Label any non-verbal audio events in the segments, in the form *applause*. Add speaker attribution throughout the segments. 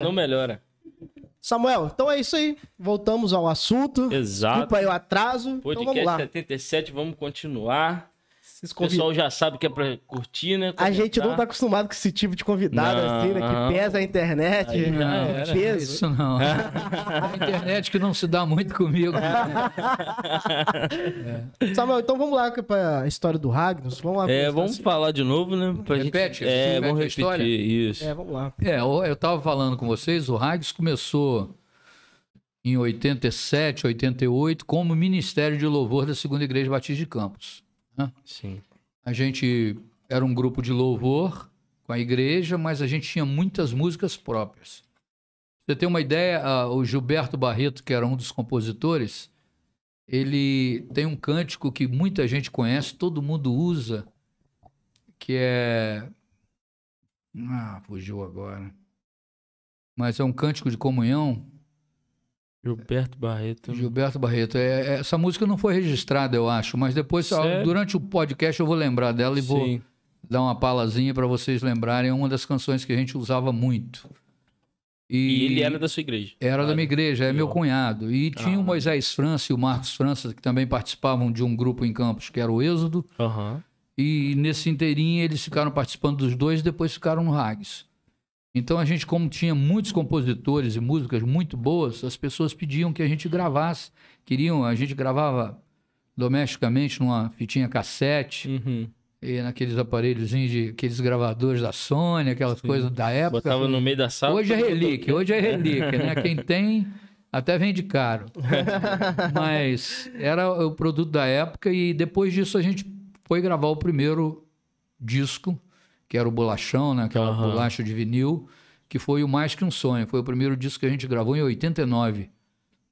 Speaker 1: Não melhora.
Speaker 2: Samuel, então é isso aí. Voltamos ao assunto.
Speaker 1: Exato.
Speaker 2: Desculpa aí o atraso. então
Speaker 1: Podcast
Speaker 2: vamos lá.
Speaker 1: 77, vamos continuar.
Speaker 2: Esses
Speaker 1: O
Speaker 2: convi-
Speaker 1: pessoal já sabe que é pra curtir, né?
Speaker 2: A gente não tá
Speaker 1: Comentar.
Speaker 2: acostumado com esse tipo de convidado,
Speaker 1: Não.
Speaker 2: assim, né? Que pesa a internet.
Speaker 1: Aí já
Speaker 2: né,
Speaker 1: era.
Speaker 2: Peso.
Speaker 3: Isso não. A internet que não se dá muito comigo.
Speaker 2: Samuel, então vamos lá pra história do Ragnos. Vamos lá. assim.
Speaker 1: *laughs*
Speaker 2: pra
Speaker 1: É,
Speaker 2: história-
Speaker 1: vamos falar de novo, né? Pra
Speaker 3: Repete,
Speaker 1: gente... É,
Speaker 3: repete
Speaker 1: vamos
Speaker 3: a
Speaker 1: repetir
Speaker 3: história.
Speaker 1: isso.
Speaker 2: É, vamos lá.
Speaker 3: É, eu eu tava falando com vocês, o Rags começou em 87, 88, como Ministério de Louvor da Segunda Igreja Batista de Campos.
Speaker 1: Sim.
Speaker 3: A gente era um grupo de louvor com a igreja, mas a gente tinha muitas músicas próprias. Pra Você tem uma ideia, ah, o Gilberto Barreto, que era um dos compositores, ele tem um cântico que muita gente conhece, todo mundo usa, que é. Ah, fugiu agora. Mas é um cântico de comunhão.
Speaker 1: Gilberto Barreto.
Speaker 3: Gilberto Barreto, é- é- essa música não foi registrada, eu acho, mas depois, ah,
Speaker 1: Sério?
Speaker 3: durante o podcast, eu vou lembrar dela e vou
Speaker 1: Sim.
Speaker 3: dar uma palazinha para vocês lembrarem, é uma das canções que a gente usava muito.
Speaker 1: E ele era da sua igreja.
Speaker 3: era da minha igreja, é
Speaker 1: E
Speaker 3: meu
Speaker 1: eu.
Speaker 3: cunhado. E tinha
Speaker 1: Ah.
Speaker 3: o Moisés França e o Marcos França, que também participavam de um grupo em Campos, que era o Êxodo.
Speaker 1: Aham.
Speaker 3: E nesse inteirinho eles ficaram participando dos dois e depois ficaram no Rags. Então a gente, como tinha muitos compositores e músicas muito boas, as pessoas pediam que a gente gravasse. Queriam, a gente gravava domesticamente numa fitinha cassete.
Speaker 1: Uhum.
Speaker 3: E naqueles aparelhozinhos de aqueles gravadores da Sony, aquelas coisas da época.
Speaker 1: Botava um
Speaker 2: assim.
Speaker 1: no meio da sala.
Speaker 3: Hoje é relíquia, hoje é relíquia, né?
Speaker 1: *laughs*
Speaker 3: Quem tem até vende caro. Mas era o produto da época e depois disso a gente foi gravar o primeiro disco, que era o Bolachão, né? Aquela
Speaker 1: Aham.
Speaker 3: bolacha de vinil, que foi o Mais Que Um Sonho. Foi o primeiro disco que a gente gravou em 89.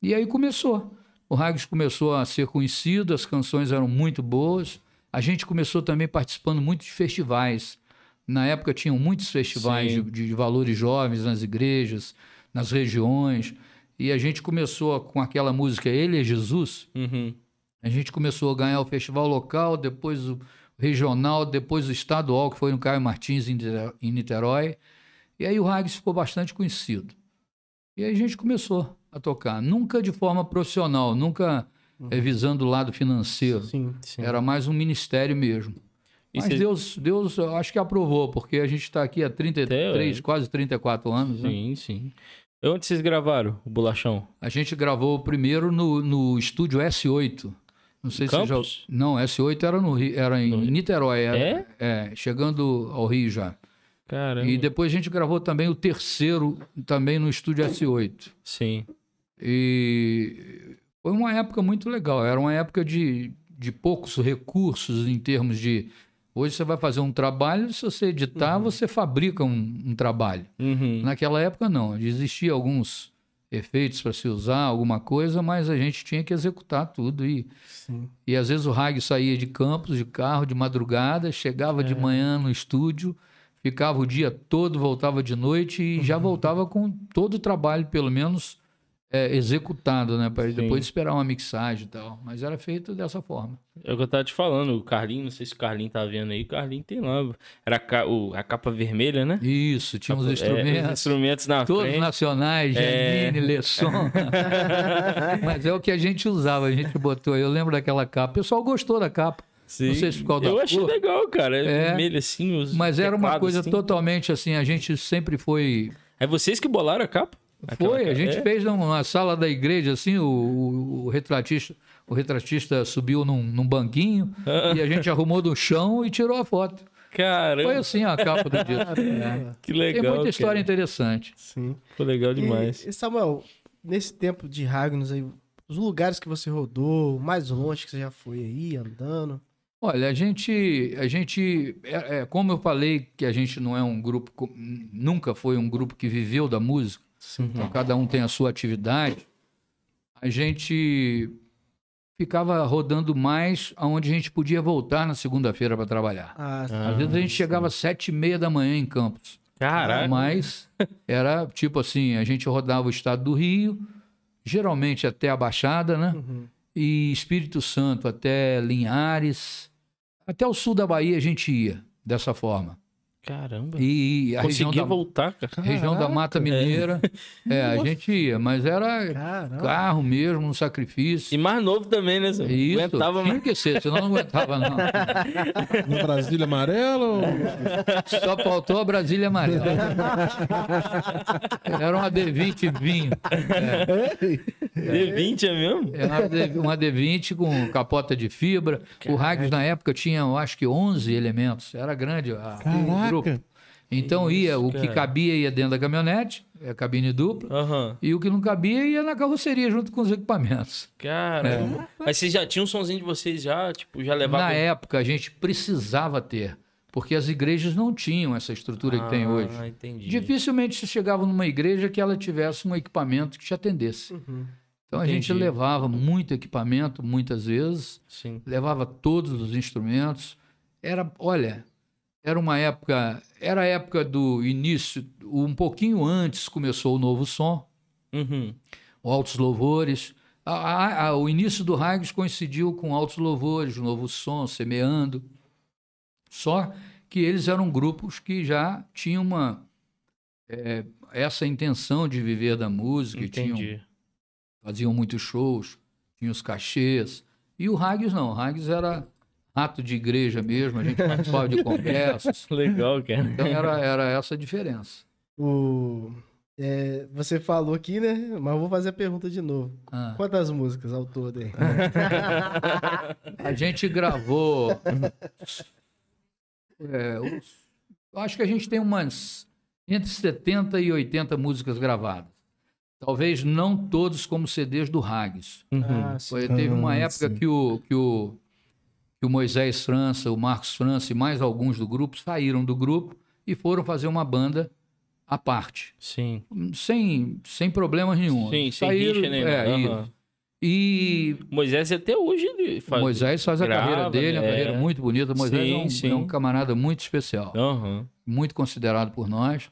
Speaker 3: E aí começou. O Rags começou a ser conhecido, as canções eram muito boas. A gente começou também participando muito de festivais. Na época tinham muitos festivais
Speaker 1: Sim.
Speaker 3: de, de valores jovens nas igrejas, nas regiões. E a gente começou com aquela música Ele é Jesus.
Speaker 1: Uhum.
Speaker 3: A gente começou a ganhar o festival local, depois o regional, depois o estadual, que foi no Caio Martins, em Nite- em Niterói. E aí o Rags ficou bastante conhecido. E aí a gente começou a tocar. Nunca de forma profissional, nunca eh, visando o lado financeiro.
Speaker 2: Sim.
Speaker 1: Uhum. Sim.
Speaker 3: Era mais um ministério mesmo.
Speaker 1: E
Speaker 3: Mas
Speaker 1: cê-
Speaker 3: Deus, Deus, eu acho que aprovou, porque a gente está aqui há 33,
Speaker 1: Até, é.
Speaker 3: quase 34 anos. né?
Speaker 1: Sim, sim. E Onde vocês gravaram o bolachão?
Speaker 3: A gente gravou o primeiro no, no estúdio S8. Não sei se já...
Speaker 1: Campos?
Speaker 3: Não, S8 era, no Rio, era em
Speaker 1: No Rio.
Speaker 3: Niterói. Era,
Speaker 1: É?
Speaker 3: é, chegando ao Rio já.
Speaker 1: Caramba.
Speaker 3: E depois a gente gravou também o terceiro, também no estúdio S8.
Speaker 1: Sim.
Speaker 3: E foi uma época muito legal. Era uma época de, de poucos recursos em termos de. Hoje você vai fazer um trabalho, se você editar, você fabrica um, um trabalho.
Speaker 1: Uhum.
Speaker 3: Naquela época, não. Existia alguns efeitos para se usar, alguma coisa, mas a gente tinha que executar tudo. E,
Speaker 2: Sim.
Speaker 3: e às vezes o Rag saía de campos, de carro, de madrugada, chegava
Speaker 1: É.
Speaker 3: de manhã no estúdio, ficava o dia todo, voltava de noite e
Speaker 1: Uhum.
Speaker 3: já voltava com todo o trabalho, pelo menos, é, executado, né? Para
Speaker 1: Sim.
Speaker 3: depois esperar uma mixagem e tal. Mas era feito dessa forma.
Speaker 1: É o que eu tava te falando, o Carlinho, não sei se o Carlinho tá vendo aí, o Carlinho tem lá. Era a, ca- o- a capa vermelha, né?
Speaker 3: Isso, tinha uns
Speaker 1: É, os
Speaker 3: instrumentos.
Speaker 1: instrumentos na
Speaker 3: Todos
Speaker 1: frente.
Speaker 3: nacionais,
Speaker 1: É. *laughs*
Speaker 3: Janine, Lesson. Mas é o que a gente usava, a gente botou. Eu lembro daquela capa. O pessoal gostou da capa.
Speaker 1: Sim.
Speaker 3: não sei se por causa da
Speaker 1: Eu achei
Speaker 3: cor.
Speaker 1: legal, cara. É
Speaker 3: É.
Speaker 1: vermelho assim, os
Speaker 3: Mas era uma
Speaker 1: teclados,
Speaker 3: coisa
Speaker 1: assim.
Speaker 3: totalmente assim, a gente sempre foi.
Speaker 1: É vocês que bolaram a capa? Aquela
Speaker 3: foi, a
Speaker 1: capa-
Speaker 3: gente
Speaker 1: é?
Speaker 3: fez numa sala da igreja, assim, o, o- o retratista. O retratista subiu num, num banquinho
Speaker 1: Ah.
Speaker 3: e a gente arrumou do chão e tirou a foto.
Speaker 1: Caramba,
Speaker 3: Foi assim a capa do
Speaker 1: *laughs*
Speaker 3: disco. É.
Speaker 1: que
Speaker 3: Tem
Speaker 1: legal.
Speaker 3: muita história
Speaker 1: cara.
Speaker 3: interessante.
Speaker 2: Sim.
Speaker 1: Foi legal
Speaker 2: E-
Speaker 1: Tá demais.
Speaker 2: E, Samuel, nesse tempo de Ragnos aí, os lugares que você rodou, o mais longe que você já foi aí, andando.
Speaker 3: Olha, a gente, a gente, é- é, como eu falei que a gente não é um grupo, co- nunca foi um grupo que viveu da música. Então cada um tem a sua atividade. A gente ficava rodando mais aonde a gente podia voltar na segunda-feira para trabalhar.
Speaker 2: Ah,
Speaker 1: Ah.
Speaker 3: Às vezes a gente chegava às sete e meia da manhã em Campos.
Speaker 1: Caraca.
Speaker 3: Ah, Mas era tipo assim, a gente rodava o estado do Rio, geralmente até a Baixada, né?
Speaker 2: uhum.
Speaker 3: e Espírito Santo até Linhares, até o sul da Bahia a gente ia dessa forma.
Speaker 1: Caramba.
Speaker 3: E a região
Speaker 1: Consegui
Speaker 3: da,
Speaker 1: voltar, cara.
Speaker 3: região da
Speaker 1: *laughs*
Speaker 3: Mata Mineira. É, a gente ia, mas era
Speaker 2: Caramba.
Speaker 3: carro mesmo, um sacrifício. É
Speaker 1: E mais novo também, né? Zé?
Speaker 3: Isso,
Speaker 1: Aguentava
Speaker 3: tinha
Speaker 1: mais.
Speaker 3: que ser, senão não aguentava não.
Speaker 4: No Brasília amarelo?
Speaker 3: Só faltou a Brasília amarela.
Speaker 1: *laughs*
Speaker 3: Era uma D20 vinho.
Speaker 1: D20 é mesmo?
Speaker 3: Era uma um D- uma D20 com capota de fibra. O Ragnos, na época, tinha, eu acho que 11 elementos. Era grande a, o grupo.
Speaker 4: Caraca.
Speaker 3: Então ia, o que
Speaker 1: cara.
Speaker 3: cabia ia dentro da caminhonete, é cabine dupla,
Speaker 1: Aham.
Speaker 3: e o que não cabia ia na carroceria junto com os equipamentos.
Speaker 1: Cara. Mas vocês já tinham um sonzinho de vocês já? Tipo, já levavam.
Speaker 3: É. Na época, a gente precisava ter, porque as igrejas não tinham essa estrutura que tem hoje.
Speaker 1: Ah, entendi.
Speaker 3: Dificilmente você chegava numa igreja que ela tivesse um equipamento que te atendesse.
Speaker 2: Uhum.
Speaker 3: Então a gente
Speaker 1: Entendi.
Speaker 3: levava muito equipamento, muitas vezes,
Speaker 1: Sim.
Speaker 3: levava todos os instrumentos. Era, olha, era uma época, era a época do início, um pouquinho antes começou o novo som,
Speaker 1: Uhum.
Speaker 3: o Altos Louvores. A- a- a- o início do Rags coincidiu com Altos Louvores, o novo som, semeando. Só que eles eram grupos que já tinham uma eh, essa intenção de viver da música, e tinham
Speaker 1: Entendi.
Speaker 3: faziam muitos shows, tinham os cachês. E o Rags não, o Rags era ato de igreja mesmo, a gente participava de conversas.
Speaker 1: Legal,
Speaker 3: *laughs*
Speaker 1: cara.
Speaker 3: Então era, era essa a diferença.
Speaker 2: O... é, você falou aqui, né? Mas eu vou fazer a pergunta de novo.
Speaker 3: Ah,
Speaker 2: Quantas músicas ao todo
Speaker 3: *laughs*
Speaker 2: aí?
Speaker 3: a gente gravou. é, os- eu acho que a gente tem umas entre 70 e 80 músicas gravadas. Talvez não todos como CDs do Rags.
Speaker 1: Uhum.
Speaker 2: sim.
Speaker 3: Foi- teve uma
Speaker 4: Ah,
Speaker 3: época
Speaker 4: sim.
Speaker 3: que o, que, o, que o Moisés França, o Marcos França e mais alguns do grupo saíram do grupo e foram fazer uma banda à parte,
Speaker 1: Sim.
Speaker 3: sem, sem problemas nenhum.
Speaker 1: Sim, sem
Speaker 3: um saíram,
Speaker 1: rixa, né?
Speaker 3: é,
Speaker 1: Aham.
Speaker 3: isso. E
Speaker 1: Moisés é até hoje ele faz.
Speaker 3: Moisés faz a
Speaker 1: grava,
Speaker 3: carreira dele,
Speaker 1: né?
Speaker 3: uma carreira muito bonita. Moisés é um-
Speaker 1: Sim, sim.
Speaker 3: é um camarada muito especial
Speaker 1: Aham.
Speaker 3: muito considerado por nós.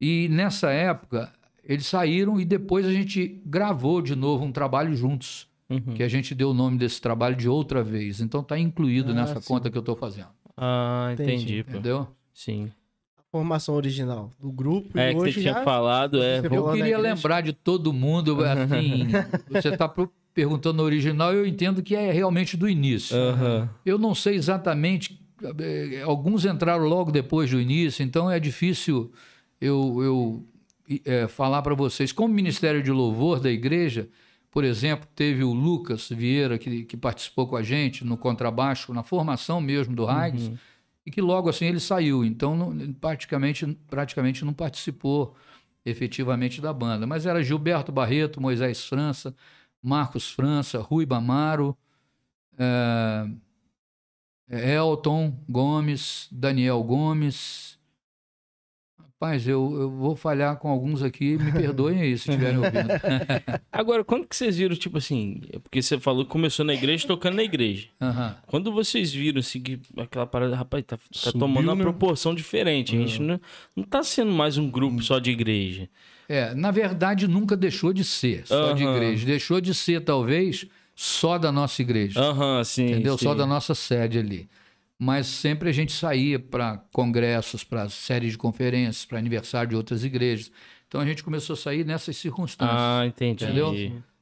Speaker 3: E nessa época, eles saíram e depois a gente gravou de novo um trabalho juntos,
Speaker 1: Uhum.
Speaker 3: que a gente deu o nome desse trabalho de outra vez. Então tá incluído
Speaker 2: Ah,
Speaker 3: nessa
Speaker 2: sim.
Speaker 3: conta que eu tô fazendo,
Speaker 1: Ah, entendi,
Speaker 2: Entendi.
Speaker 1: pô.
Speaker 3: entendeu?
Speaker 1: Sim.
Speaker 2: Formação original do grupo.
Speaker 1: É
Speaker 2: e
Speaker 1: que
Speaker 2: hoje
Speaker 1: você tinha
Speaker 2: já...
Speaker 1: falado, é.
Speaker 2: Você
Speaker 1: vou-
Speaker 2: falou né,
Speaker 3: Eu
Speaker 2: na
Speaker 3: queria
Speaker 2: igreja.
Speaker 3: lembrar de todo mundo, assim, você tá pro- perguntando o original, eu entendo que é realmente do início.
Speaker 1: Aham.
Speaker 3: Eu não sei exatamente. eh, Alguns entraram logo depois do início, então é difícil eu, eu, i- eh, falar para vocês. Como Ministério de Louvor da Igreja, por exemplo, teve o Lucas Vieira, que, que participou com a gente no contrabaixo, na formação mesmo do Rags,
Speaker 1: Uhum.
Speaker 3: e que logo assim ele saiu. Então, não- praticamente, praticamente não participou efetivamente da banda. Mas era Gilberto Barreto, Moisés França, Marcos França, Rui Bamaro. eh, Elton Gomes, Daniel Gomes. Rapaz, eu, eu vou falhar com alguns aqui, me perdoem aí se estiverem ouvindo.
Speaker 1: Agora, quando que vocês viram, tipo assim, é porque você falou que começou na igreja tocando na igreja.
Speaker 3: Aham.
Speaker 1: Quando vocês viram assim, que aquela parada, rapaz, tá, tá
Speaker 4: Subiu,
Speaker 1: tomando uma
Speaker 4: né?
Speaker 1: proporção diferente. A gente não, não tá sendo mais um
Speaker 3: Hum.
Speaker 1: grupo só de igreja.
Speaker 3: É, na verdade, nunca deixou de ser só de
Speaker 1: Aham.
Speaker 3: igreja. Deixou de ser, talvez, só da nossa igreja.
Speaker 1: Aham, sim.
Speaker 3: entendeu?
Speaker 1: sim.
Speaker 3: Só da nossa sede ali. Mas sempre a gente saía para congressos, para séries de conferências, para aniversário de outras igrejas. Então a gente começou a sair nessas circunstâncias.
Speaker 1: Ah, entendi.
Speaker 3: Entendeu?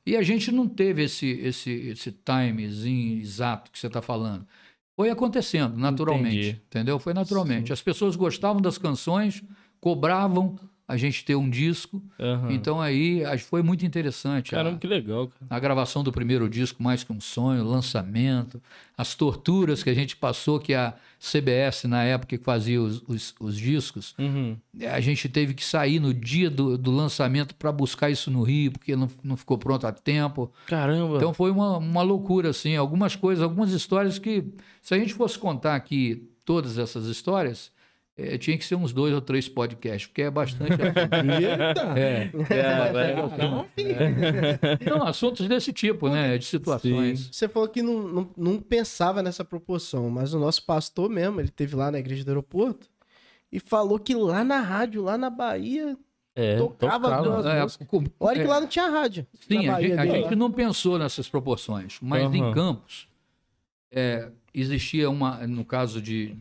Speaker 3: E a gente não teve esse, esse, esse timezinho exato que você está falando. Foi acontecendo, naturalmente.
Speaker 1: Entendi.
Speaker 3: Entendeu? Foi naturalmente. As pessoas gostavam das canções, cobravam a gente ter um disco.
Speaker 1: Aham.
Speaker 3: Então aí acho que foi muito interessante. a-
Speaker 1: Caramba, que legal, cara.
Speaker 3: a gravação do primeiro disco, Mais Que Um Sonho, o lançamento, as torturas que a gente passou, que a CBS, na época que fazia os, os, os discos,
Speaker 1: Uhum.
Speaker 3: a gente teve que sair no dia do, do lançamento para buscar isso no Rio, porque não, não ficou pronto a tempo.
Speaker 1: Caramba. *laughs*
Speaker 3: Então foi uma, uma loucura, assim. Algumas coisas, algumas histórias que, se a gente fosse contar aqui todas essas histórias, eh, tinha que ser uns dois ou três podcasts, porque é bastante. assunto.
Speaker 4: Eita!
Speaker 3: é.
Speaker 1: então,
Speaker 3: Não, assuntos desse tipo, né? De situações.
Speaker 2: *laughs* Você falou que não, não, não pensava nessa proporção, mas o nosso pastor mesmo, ele teve lá na igreja do aeroporto e falou que lá na rádio, lá na Bahia,
Speaker 1: é,
Speaker 2: tocava as duas
Speaker 3: É,
Speaker 2: músicas.
Speaker 3: com-
Speaker 2: Olha
Speaker 3: é,
Speaker 2: que lá não tinha rádio.
Speaker 3: Sim,
Speaker 2: na
Speaker 3: a gente,
Speaker 2: Bahia
Speaker 3: a
Speaker 2: dele
Speaker 3: gente
Speaker 2: lá.
Speaker 3: não pensou nessas proporções, mas
Speaker 1: Aham.
Speaker 3: em Campos é, existia uma, no caso de,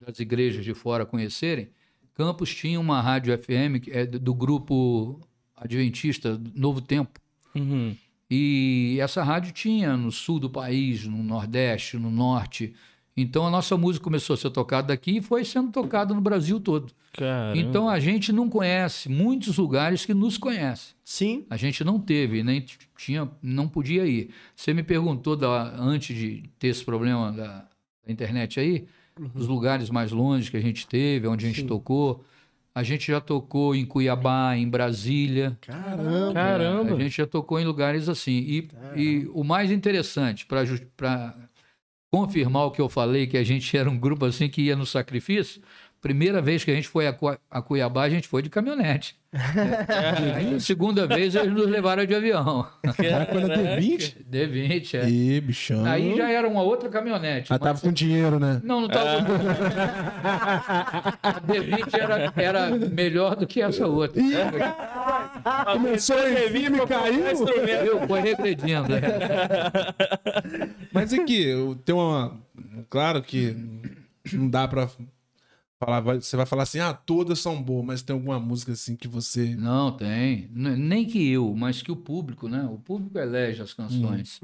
Speaker 3: da das igrejas de fora conhecerem, Campos tinha uma rádio FM que é do do grupo adventista Novo Tempo.
Speaker 1: Uhum.
Speaker 3: E essa rádio tinha no sul do país, no nordeste, no norte. Então a nossa música começou a ser tocada aqui e foi sendo tocada no Brasil todo.
Speaker 1: Caramba.
Speaker 3: Então a gente não conhece muitos lugares que nos conhecem.
Speaker 2: Sim.
Speaker 3: A gente não teve, nem t- tinha, não podia ir. Você me perguntou da- antes de ter esse problema da, da internet aí, os lugares mais longe que a gente teve, onde a gente
Speaker 2: Sim.
Speaker 3: tocou. A gente já tocou em Cuiabá, em Brasília.
Speaker 2: Caramba.
Speaker 1: Caramba.
Speaker 3: É, a gente já tocou em lugares assim. E,
Speaker 2: Caramba.
Speaker 3: e o mais interessante, para confirmar o que eu falei, que a gente era um grupo assim que ia no sacrifício, primeira vez que a gente foi a, Cua- a Cuiabá, a gente foi de caminhonete. Aí, a segunda vez, eles nos levaram de avião. *laughs*
Speaker 4: Cara,
Speaker 1: *laughs*
Speaker 4: quando eu tenho 20.
Speaker 3: D20, é.
Speaker 4: Ih, bichão.
Speaker 3: Aí já era uma outra caminhonete.
Speaker 4: Ah, tava com dinheiro, né?
Speaker 3: Não, não tava. *laughs* A D20 era, era melhor do que essa outra.
Speaker 4: Começou a vir, me caiu.
Speaker 3: Eu fui regredindo. né?
Speaker 4: Mas aqui, eu tenho uma. Claro que não dá pra falar. vai- Você vai falar assim, ah, todas são boas, mas tem alguma música assim que você.
Speaker 3: Não, tem. N- Nem que eu, mas que o público, né? O público elege as canções.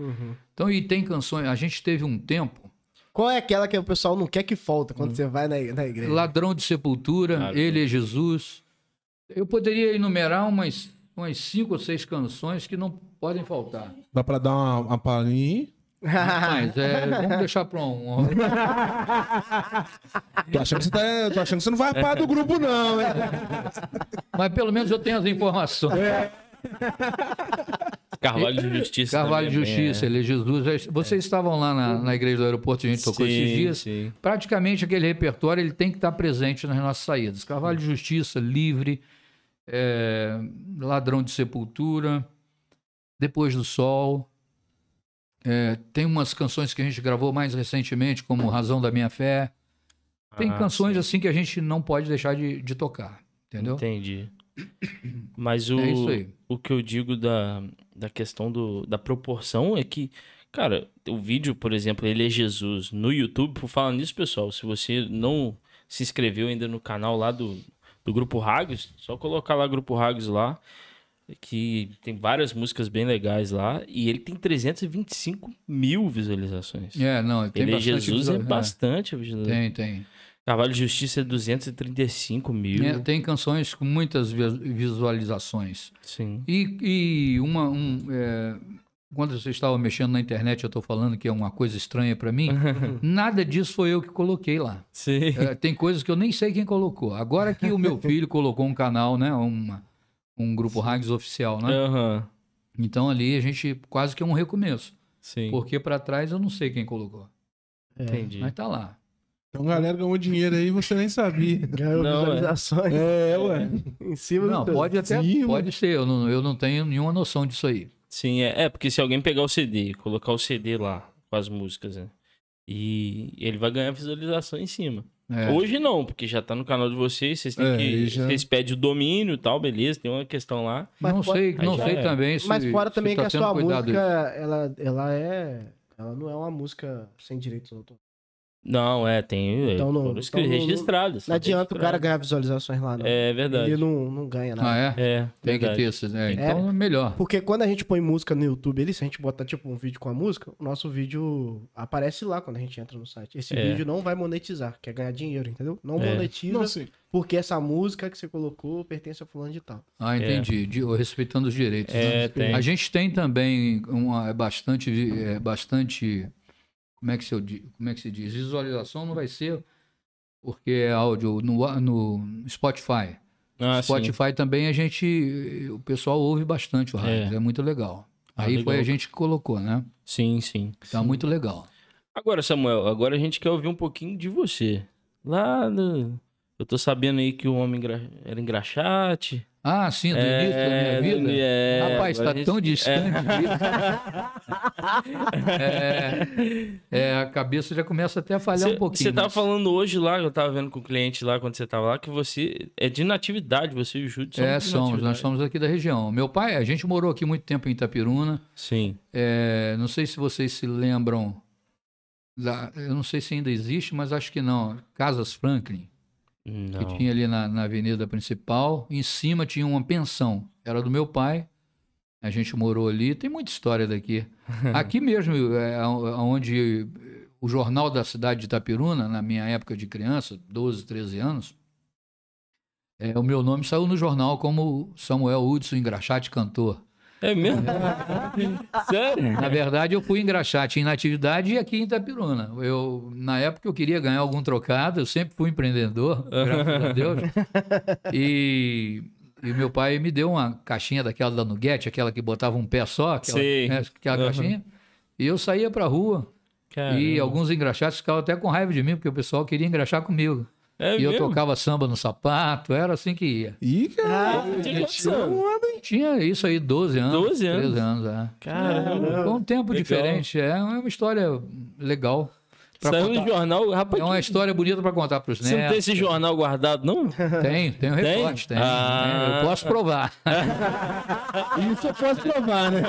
Speaker 3: Então, e tem canções. A gente teve um tempo.
Speaker 2: Qual é aquela que o pessoal não quer que falta quando
Speaker 3: Hum.
Speaker 2: você vai na, na igreja?
Speaker 3: Ladrão de Sepultura,
Speaker 1: Claro.
Speaker 3: Ele é Jesus. Eu poderia enumerar umas, umas cinco ou seis canções que não podem faltar.
Speaker 4: Dá pra dar uma, uma palhinha aí?
Speaker 3: Mas é, vamos deixar para um.
Speaker 4: Tô achando que você, tá, tô achando que você não vai parar do grupo, não, hein?
Speaker 3: Mas pelo menos eu tenho as informações.
Speaker 1: Carvalho de Justiça.
Speaker 3: Carvalho de
Speaker 1: também é bem-
Speaker 3: Justiça, Ele é Jesus. Vocês estavam lá na, na igreja do aeroporto, a gente tocou esses
Speaker 1: Sim,
Speaker 3: dias.
Speaker 1: sim.
Speaker 3: praticamente aquele repertório ele tem que estar presente nas nossas saídas. Carvalho de Justiça, Livre, eh, Ladrão de Sepultura, Depois do Sol. Eh, tem umas canções que a gente gravou mais recentemente, como Razão da Minha Fé. Tem
Speaker 1: Ah,
Speaker 3: canções assim que a gente não pode deixar de, de tocar, entendeu?
Speaker 1: Entendi. Mas o,
Speaker 3: É isso aí.
Speaker 1: o que eu digo da, da questão do, da proporção é que, cara, o vídeo, por exemplo, ele é Jesus no YouTube. Por falar nisso, pessoal, se você não se inscreveu ainda no canal lá do, do Grupo Ragos, só colocar lá Grupo Ragos lá, que tem várias músicas bem legais lá. E ele tem 325 mil visualizações.
Speaker 3: É, não, tem
Speaker 1: ele é
Speaker 3: bastante
Speaker 1: Jesus é
Speaker 3: visão-
Speaker 1: bastante.
Speaker 3: é,
Speaker 1: visualização.
Speaker 3: Tem, tem.
Speaker 1: Carvalho de Justiça é 235 mil.
Speaker 3: É, tem canções com muitas vi- visualizações.
Speaker 1: Sim.
Speaker 3: E, e uma. Um, é, quando você estava mexendo na internet, eu estou falando que é uma coisa estranha
Speaker 1: *laughs*
Speaker 3: para mim. nada disso foi eu que coloquei lá.
Speaker 1: Sim.
Speaker 3: É, tem coisas que eu nem sei quem colocou. Agora que o meu filho colocou um canal, né? Uma, um grupo Rags oficial,
Speaker 1: É.
Speaker 3: né?
Speaker 1: Aham.
Speaker 3: Então ali a gente quase que é um recomeço.
Speaker 1: Sim.
Speaker 3: Porque para trás eu não sei quem colocou.
Speaker 1: Entendi.
Speaker 3: Mas tá lá.
Speaker 4: Então, galera ganhou dinheiro aí, você nem sabia.
Speaker 2: *laughs* Ganhou
Speaker 1: Não, é.
Speaker 2: visualizações
Speaker 4: É, ué.
Speaker 2: em cima
Speaker 3: Não,
Speaker 2: do teu-
Speaker 3: pode até.
Speaker 4: Sim,
Speaker 3: Pode ser, eu não, eu não tenho nenhuma noção disso aí.
Speaker 1: Sim, é, é, porque se alguém pegar o CD, e colocar o CD lá com as músicas, né? E ele vai ganhar visualização em cima.
Speaker 3: É.
Speaker 1: Hoje não, porque já tá no canal de vocês, vocês têm
Speaker 4: É,
Speaker 1: que.
Speaker 4: aí já-
Speaker 1: Vocês pedem o domínio e tal, beleza, tem uma questão lá.
Speaker 2: Mas
Speaker 3: não
Speaker 2: fora-
Speaker 3: sei,
Speaker 1: Aí
Speaker 3: não
Speaker 1: já
Speaker 3: sei
Speaker 1: é.
Speaker 3: também se.
Speaker 2: Mas fora
Speaker 3: se
Speaker 2: também
Speaker 3: tá
Speaker 2: que a
Speaker 3: sendo
Speaker 2: sua
Speaker 3: cuidado
Speaker 2: música, ela, ela é. Ela não é uma música sem direitos autorais.
Speaker 1: Não, é, tem.
Speaker 2: Então não-
Speaker 1: foram
Speaker 2: então não-
Speaker 1: registradas.
Speaker 2: Não
Speaker 1: são
Speaker 2: adianta o cara
Speaker 1: registradas.
Speaker 2: ganhar visualizações lá, não.
Speaker 1: É verdade.
Speaker 2: Ele não, não ganha nada.
Speaker 3: Ah, é?
Speaker 1: É.
Speaker 3: Tem que
Speaker 1: verdade.
Speaker 3: ter esses, né?
Speaker 2: É.
Speaker 3: Então é melhor.
Speaker 2: Porque quando a gente põe música no YouTube, ele, se a gente botar tipo um vídeo com a música, o nosso vídeo aparece lá quando a gente entra no site. Esse
Speaker 1: É.
Speaker 2: vídeo não vai monetizar, quer ganhar dinheiro, entendeu? Não
Speaker 1: É.
Speaker 2: monetiza
Speaker 4: Não, sim.
Speaker 2: porque essa música que você colocou pertence a fulano de tal.
Speaker 3: Ah, entendi. De- respeitando os direitos. né?
Speaker 1: É, tem.
Speaker 3: A gente tem também uma, é bastante, vi- é bastante. Como é, que se, eu di- como é que se diz? Visualização não vai ser porque é áudio no, a- no Spotify.
Speaker 1: Ah, sim.
Speaker 3: Spotify também a gente. O pessoal ouve bastante o rádio. É, muito legal.
Speaker 1: Ah,
Speaker 3: Aí foi
Speaker 1: legal.
Speaker 3: a gente que colocou, né?
Speaker 1: Sim, sim.
Speaker 3: Tá muito legal.
Speaker 1: Agora, Samuel, agora a gente quer ouvir um pouquinho de você. Lá no... Eu tô sabendo aí que o homem engra- era engraxate.
Speaker 3: Ah, sim, do início da minha vida.
Speaker 1: é,
Speaker 3: Rapaz,
Speaker 1: agora
Speaker 3: está
Speaker 1: a gente-
Speaker 3: tão
Speaker 1: é,
Speaker 3: distante
Speaker 1: *laughs*
Speaker 3: disso. É, é, a cabeça já começa até a falhar
Speaker 1: cê-
Speaker 3: um pouquinho.
Speaker 1: Você tava
Speaker 3: mas-
Speaker 1: falando hoje lá, eu tava vendo com o cliente lá, quando você tava lá, que você é de natividade, você e o Júlio são
Speaker 3: É,
Speaker 1: de
Speaker 3: somos, nós
Speaker 1: natividade.
Speaker 3: somos aqui da região. Meu pai, a gente morou aqui muito tempo em Itapiruna.
Speaker 1: Sim.
Speaker 3: É, não sei se vocês se lembram da- eu não sei se ainda existe, mas acho que não. Casas Franklin, que
Speaker 1: Não.
Speaker 3: tinha ali na, na avenida principal. Em cima tinha uma pensão. Era do meu pai. A gente morou ali. Tem muita história daqui. Aqui mesmo, é, a- onde eh, o jornal da cidade de Itapiruna, na minha época de criança, 12, 13 anos, é, o meu nome saiu no jornal como Samuel Hudson Engraxate Cantor.
Speaker 1: É
Speaker 3: *laughs*
Speaker 1: mesmo? Sério?
Speaker 3: Na verdade, eu fui engraxate em Natividade e aqui em Itapiruna. Eu, na época, eu queria ganhar algum trocado, eu sempre fui empreendedor,
Speaker 1: *laughs*
Speaker 3: graças a Deus. E, e meu pai me deu uma caixinha daquela da Nugget, aquela que botava um pé só, aquela,
Speaker 1: Sei.
Speaker 3: né, aquela
Speaker 1: Aham. É,
Speaker 3: caixinha. E eu saía pra rua e
Speaker 1: Caramba.
Speaker 3: alguns engraxates ficavam até com raiva de mim, porque o pessoal queria engraxar comigo.
Speaker 1: É
Speaker 3: e eu
Speaker 1: mesmo?
Speaker 3: tocava samba no sapato, era assim que ia.
Speaker 4: Ih, cara.
Speaker 1: Tinha quantos anos?
Speaker 3: E tinha isso aí, 12 anos.
Speaker 1: 12 anos?
Speaker 3: 13 anos, é.
Speaker 1: Caramba.
Speaker 3: Foi um tempo
Speaker 1: Legal.
Speaker 3: diferente, é é uma história legal. pra
Speaker 1: Saiu
Speaker 3: contar.
Speaker 1: no jornal, rapaz.
Speaker 3: É né, uma
Speaker 1: que-
Speaker 3: história bonita para contar para os
Speaker 1: Você não tem
Speaker 3: netos.
Speaker 1: esse jornal guardado,
Speaker 3: *laughs*
Speaker 1: não?
Speaker 3: Tem, tem um
Speaker 1: Tem?
Speaker 3: recorte, tem.
Speaker 1: Ah.
Speaker 3: tem. Eu posso provar.
Speaker 2: Isso eu posso provar, né?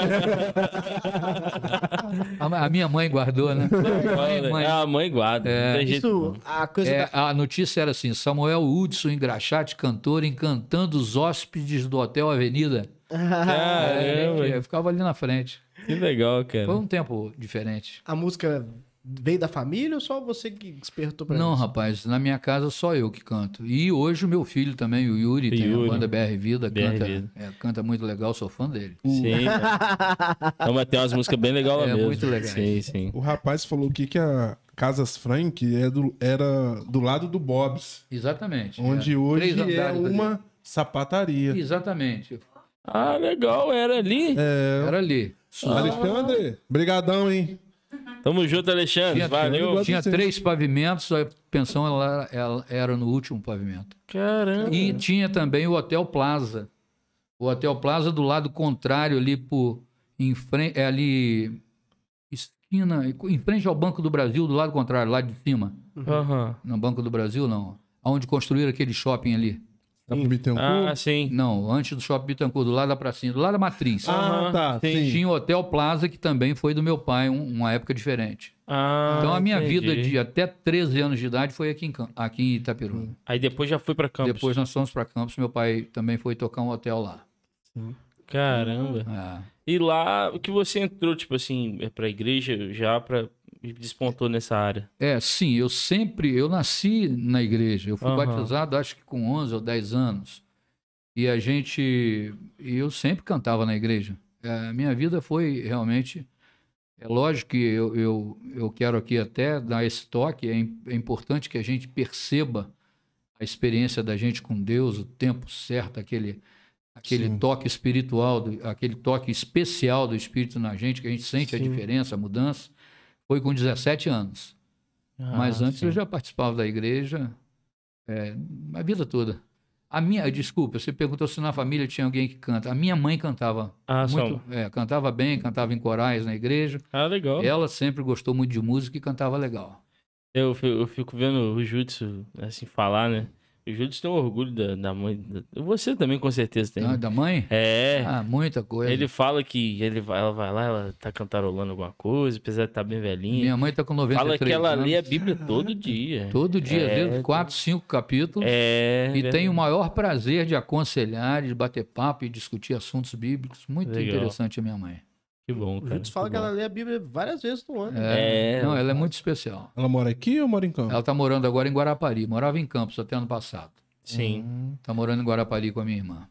Speaker 3: A, a minha mãe guardou, né?
Speaker 1: Olha,
Speaker 3: mãe.
Speaker 1: Ah, a mãe guarda.
Speaker 3: É.
Speaker 1: Não tem jeito
Speaker 2: Isso,
Speaker 1: não.
Speaker 2: a coisa
Speaker 3: É,
Speaker 2: da...
Speaker 3: a notícia era assim: Samuel Hudson, engraxate, cantor, encantando os hóspedes do Hotel Avenida. Ah, É,
Speaker 1: Caramba,
Speaker 3: eu ficava ali na frente.
Speaker 1: que legal,
Speaker 3: Foi
Speaker 1: cara.
Speaker 3: um tempo diferente.
Speaker 2: A música veio da família ou só você que despertou pra
Speaker 3: Não,
Speaker 2: isso?
Speaker 3: rapaz, na minha casa só eu que canto. E hoje o meu filho também, o Yuri, tem
Speaker 1: Yuri.
Speaker 3: a banda BR Vida,
Speaker 1: BR
Speaker 3: canta,
Speaker 1: Vida.
Speaker 3: é, canta muito legal, sou fã dele.
Speaker 1: Sim. cara. Então vai ter umas músicas bem legais lá
Speaker 3: É,
Speaker 1: mesmo.
Speaker 3: muito legais.
Speaker 1: Sim, sim.
Speaker 4: O rapaz falou aqui que a Casas Frank é do- era do lado do Bob's,
Speaker 3: Exatamente.
Speaker 4: onde
Speaker 3: é. Três
Speaker 4: hoje é
Speaker 3: andares ali.
Speaker 4: uma sapataria.
Speaker 3: Exatamente.
Speaker 1: Ah, legal, era ali.
Speaker 3: É.
Speaker 4: É.
Speaker 3: Era ali.
Speaker 4: Alexandre, brigadão, hein?
Speaker 1: Tamo junto, Alexandre.
Speaker 3: Tinha-
Speaker 1: Valeu.
Speaker 4: Pode
Speaker 3: Tinha
Speaker 4: ser.
Speaker 3: três pavimentos, a pensão ela, ela era no último pavimento.
Speaker 1: Caramba.
Speaker 3: E tinha também o Hotel Plaza. O Hotel Plaza do lado contrário ali por em frente, é ali esquina, em frente ao Banco do Brasil, do lado contrário, lá de cima.
Speaker 1: Aham.
Speaker 3: No Banco do Brasil não, onde construíram aquele shopping ali.
Speaker 5: Tá
Speaker 4: Dá pra meter um cu?
Speaker 1: Ah, sim.
Speaker 3: Não, antes do Shopping Bitancourt, do lado da pracinha, do lado da matriz.
Speaker 4: Ah,
Speaker 1: Aham,
Speaker 4: tá.
Speaker 1: sim.
Speaker 4: Sim.
Speaker 3: Tinha o Hotel Plaza, que também foi do meu pai, um- uma época diferente.
Speaker 1: Ah,
Speaker 3: Então a minha
Speaker 1: entendi.
Speaker 3: vida de até 13 anos de idade foi aqui em, Cam- aqui em Itaperuna.
Speaker 1: Aí depois já fui pra Campos.
Speaker 3: Depois nós fomos para Campos, meu pai também foi tocar um hotel lá.
Speaker 1: Caramba.
Speaker 3: É.
Speaker 1: E lá o que você entrou, tipo assim, é pra igreja já pra... e despontou nessa área.
Speaker 3: É, sim, eu sempre, eu nasci na igreja. Eu fui
Speaker 1: Aham.
Speaker 3: batizado acho que com 11 ou 10 anos. E a gente, e eu sempre cantava na igreja. É, A minha vida foi realmente, é lógico que eu, eu, eu quero aqui até dar esse toque, é, im- é importante que a gente perceba a experiência da gente com Deus, o tempo certo, aquele, aquele
Speaker 4: Sim.
Speaker 3: toque espiritual, do- aquele toque especial do Espírito na gente, que a gente sente a
Speaker 2: Sim.
Speaker 3: diferença, a mudança, foi com 17 anos. Mas
Speaker 1: Ah,
Speaker 3: antes
Speaker 1: sim.
Speaker 3: eu já participava da igreja é, a vida toda. A minha, desculpa, você perguntou se na família tinha alguém que canta. A minha mãe cantava
Speaker 1: Ah, só-
Speaker 3: muito, é, cantava bem, cantava em corais na igreja.
Speaker 1: ah legal.
Speaker 3: Ela sempre gostou muito de música e cantava legal.
Speaker 1: Eu, fi- eu fico vendo o Jutsu assim falar, né? O Jutsu tem um orgulho da, da mãe. da- Você também com certeza tem.
Speaker 3: Ah,
Speaker 1: né?
Speaker 3: Da mãe?
Speaker 1: É.
Speaker 3: Ah, muita coisa.
Speaker 1: Ele fala que ele vai, ela vai lá, ela tá cantarolando alguma coisa, apesar de estar bem velhinha.
Speaker 3: Minha mãe tá com
Speaker 1: Fala
Speaker 3: 93
Speaker 1: que ela
Speaker 3: anos.
Speaker 1: lê a Bíblia todo
Speaker 3: *laughs*
Speaker 1: dia.
Speaker 3: Todo dia,
Speaker 1: É,
Speaker 3: é, quatro, cinco capítulos.
Speaker 1: É.
Speaker 3: e tem o
Speaker 1: uma.
Speaker 3: maior prazer de aconselhar, de bater papo e discutir assuntos bíblicos. Muito
Speaker 1: Legal.
Speaker 3: interessante a minha mãe.
Speaker 1: Que bom,
Speaker 2: O
Speaker 1: cara.
Speaker 2: Jutsu fala
Speaker 1: que
Speaker 2: que ela
Speaker 1: bom.
Speaker 2: lê a Bíblia várias vezes no ano.
Speaker 1: É.
Speaker 3: Não, ela é muito especial.
Speaker 4: Ela mora aqui ou mora em Campos?
Speaker 3: Ela tá morando agora em Guarapari. Morava em Campos até ano passado.
Speaker 1: Sim.
Speaker 4: Hum.
Speaker 3: Tá morando em Guarapari com a minha irmã.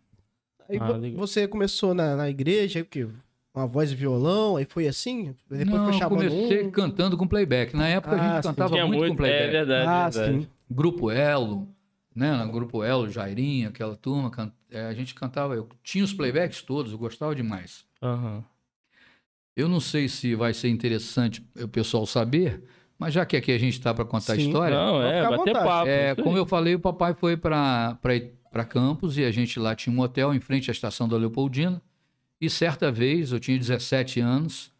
Speaker 2: Aí
Speaker 1: Ah,
Speaker 2: vo-
Speaker 1: legal.
Speaker 2: você começou na, na igreja, aí o quê? Uma voz e violão, aí foi assim? Depois
Speaker 3: Não,
Speaker 2: foi chamando
Speaker 3: comecei
Speaker 2: um.
Speaker 3: cantando com playback. Na época a
Speaker 2: Ah,
Speaker 3: gente
Speaker 2: sim.
Speaker 3: cantava
Speaker 1: Tinha
Speaker 3: muito, com
Speaker 1: muito. É
Speaker 3: playback.
Speaker 1: verdade.
Speaker 2: Ah,
Speaker 1: verdade.
Speaker 2: sim.
Speaker 3: Grupo Elo, né? No Grupo Elo, Jairinho, aquela turma. can- é, a gente cantava. Eu tinha os playbacks todos, eu gostava demais.
Speaker 1: Aham.
Speaker 3: Eu não sei se vai ser interessante o pessoal saber, mas já que aqui a gente está para contar a
Speaker 2: Sim.
Speaker 3: história,
Speaker 1: Não,
Speaker 2: pode
Speaker 1: é,
Speaker 2: ficar à
Speaker 1: bater
Speaker 2: vontade.
Speaker 1: papo.
Speaker 3: é,
Speaker 1: isso aí.
Speaker 3: como eu falei, o papai foi para Campos e a gente lá tinha um hotel em frente à estação da Leopoldina. E certa vez, eu tinha 17 anos,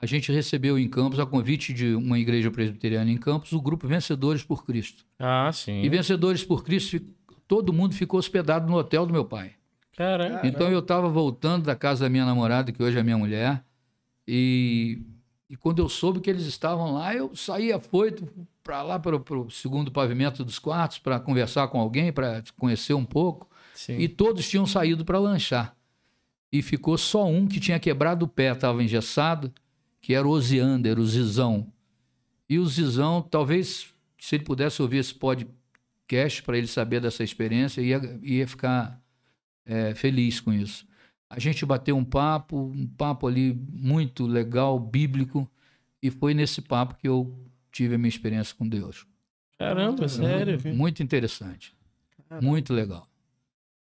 Speaker 3: a gente recebeu em Campos, a convite de uma igreja presbiteriana em Campos, o grupo Vencedores por Cristo.
Speaker 1: Ah, sim.
Speaker 3: E Vencedores por Cristo, fi- todo mundo ficou hospedado no hotel do meu pai.
Speaker 1: Caramba.
Speaker 3: Então eu estava voltando da casa da minha namorada, que hoje é minha mulher, e, e E quando eu soube que eles estavam lá, eu saí afoito para lá, para o segundo pavimento dos quartos, para conversar com alguém, para conhecer um pouco.
Speaker 1: Sim.
Speaker 3: E todos tinham saído para lanchar. E ficou só um que tinha quebrado o pé, estava engessado, que era o Osiander, o Zizão. E o Zizão, talvez, se ele pudesse ouvir esse podcast para ele saber dessa experiência, ia, ia ficar é, feliz com isso. A gente bateu um papo, um papo ali muito legal, bíblico, e foi nesse papo que eu tive a minha experiência com Deus.
Speaker 1: Caramba,
Speaker 3: né?
Speaker 1: sério.
Speaker 3: Muito interessante. Muito legal.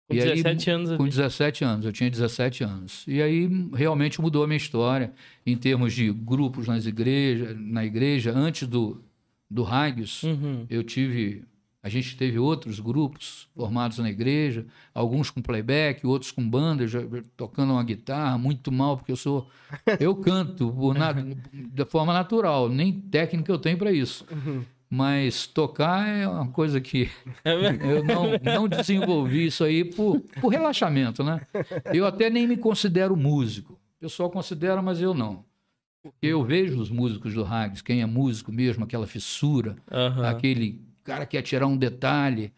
Speaker 1: Com
Speaker 3: E aí,
Speaker 1: 17 anos
Speaker 3: Com
Speaker 1: ali.
Speaker 3: 17 anos, eu tinha 17 anos. E aí realmente mudou a minha história em termos de grupos nas igrejas, na igreja, antes do, do Hagios,
Speaker 1: Uhum.
Speaker 3: eu tive. A gente teve outros grupos formados na igreja, alguns com playback, outros com bandas, tocando uma guitarra, muito mal, porque eu sou. Eu canto por na- da forma natural, nem técnica eu tenho para isso. Mas tocar é uma coisa que eu não, não desenvolvi isso aí por, por relaxamento, né? Eu até nem me considero músico. O pessoal considera, mas eu não. Porque eu vejo os músicos do Rags, quem é músico mesmo, aquela fissura,
Speaker 1: Aham.
Speaker 3: aquele cara que ia tirar um detalhe.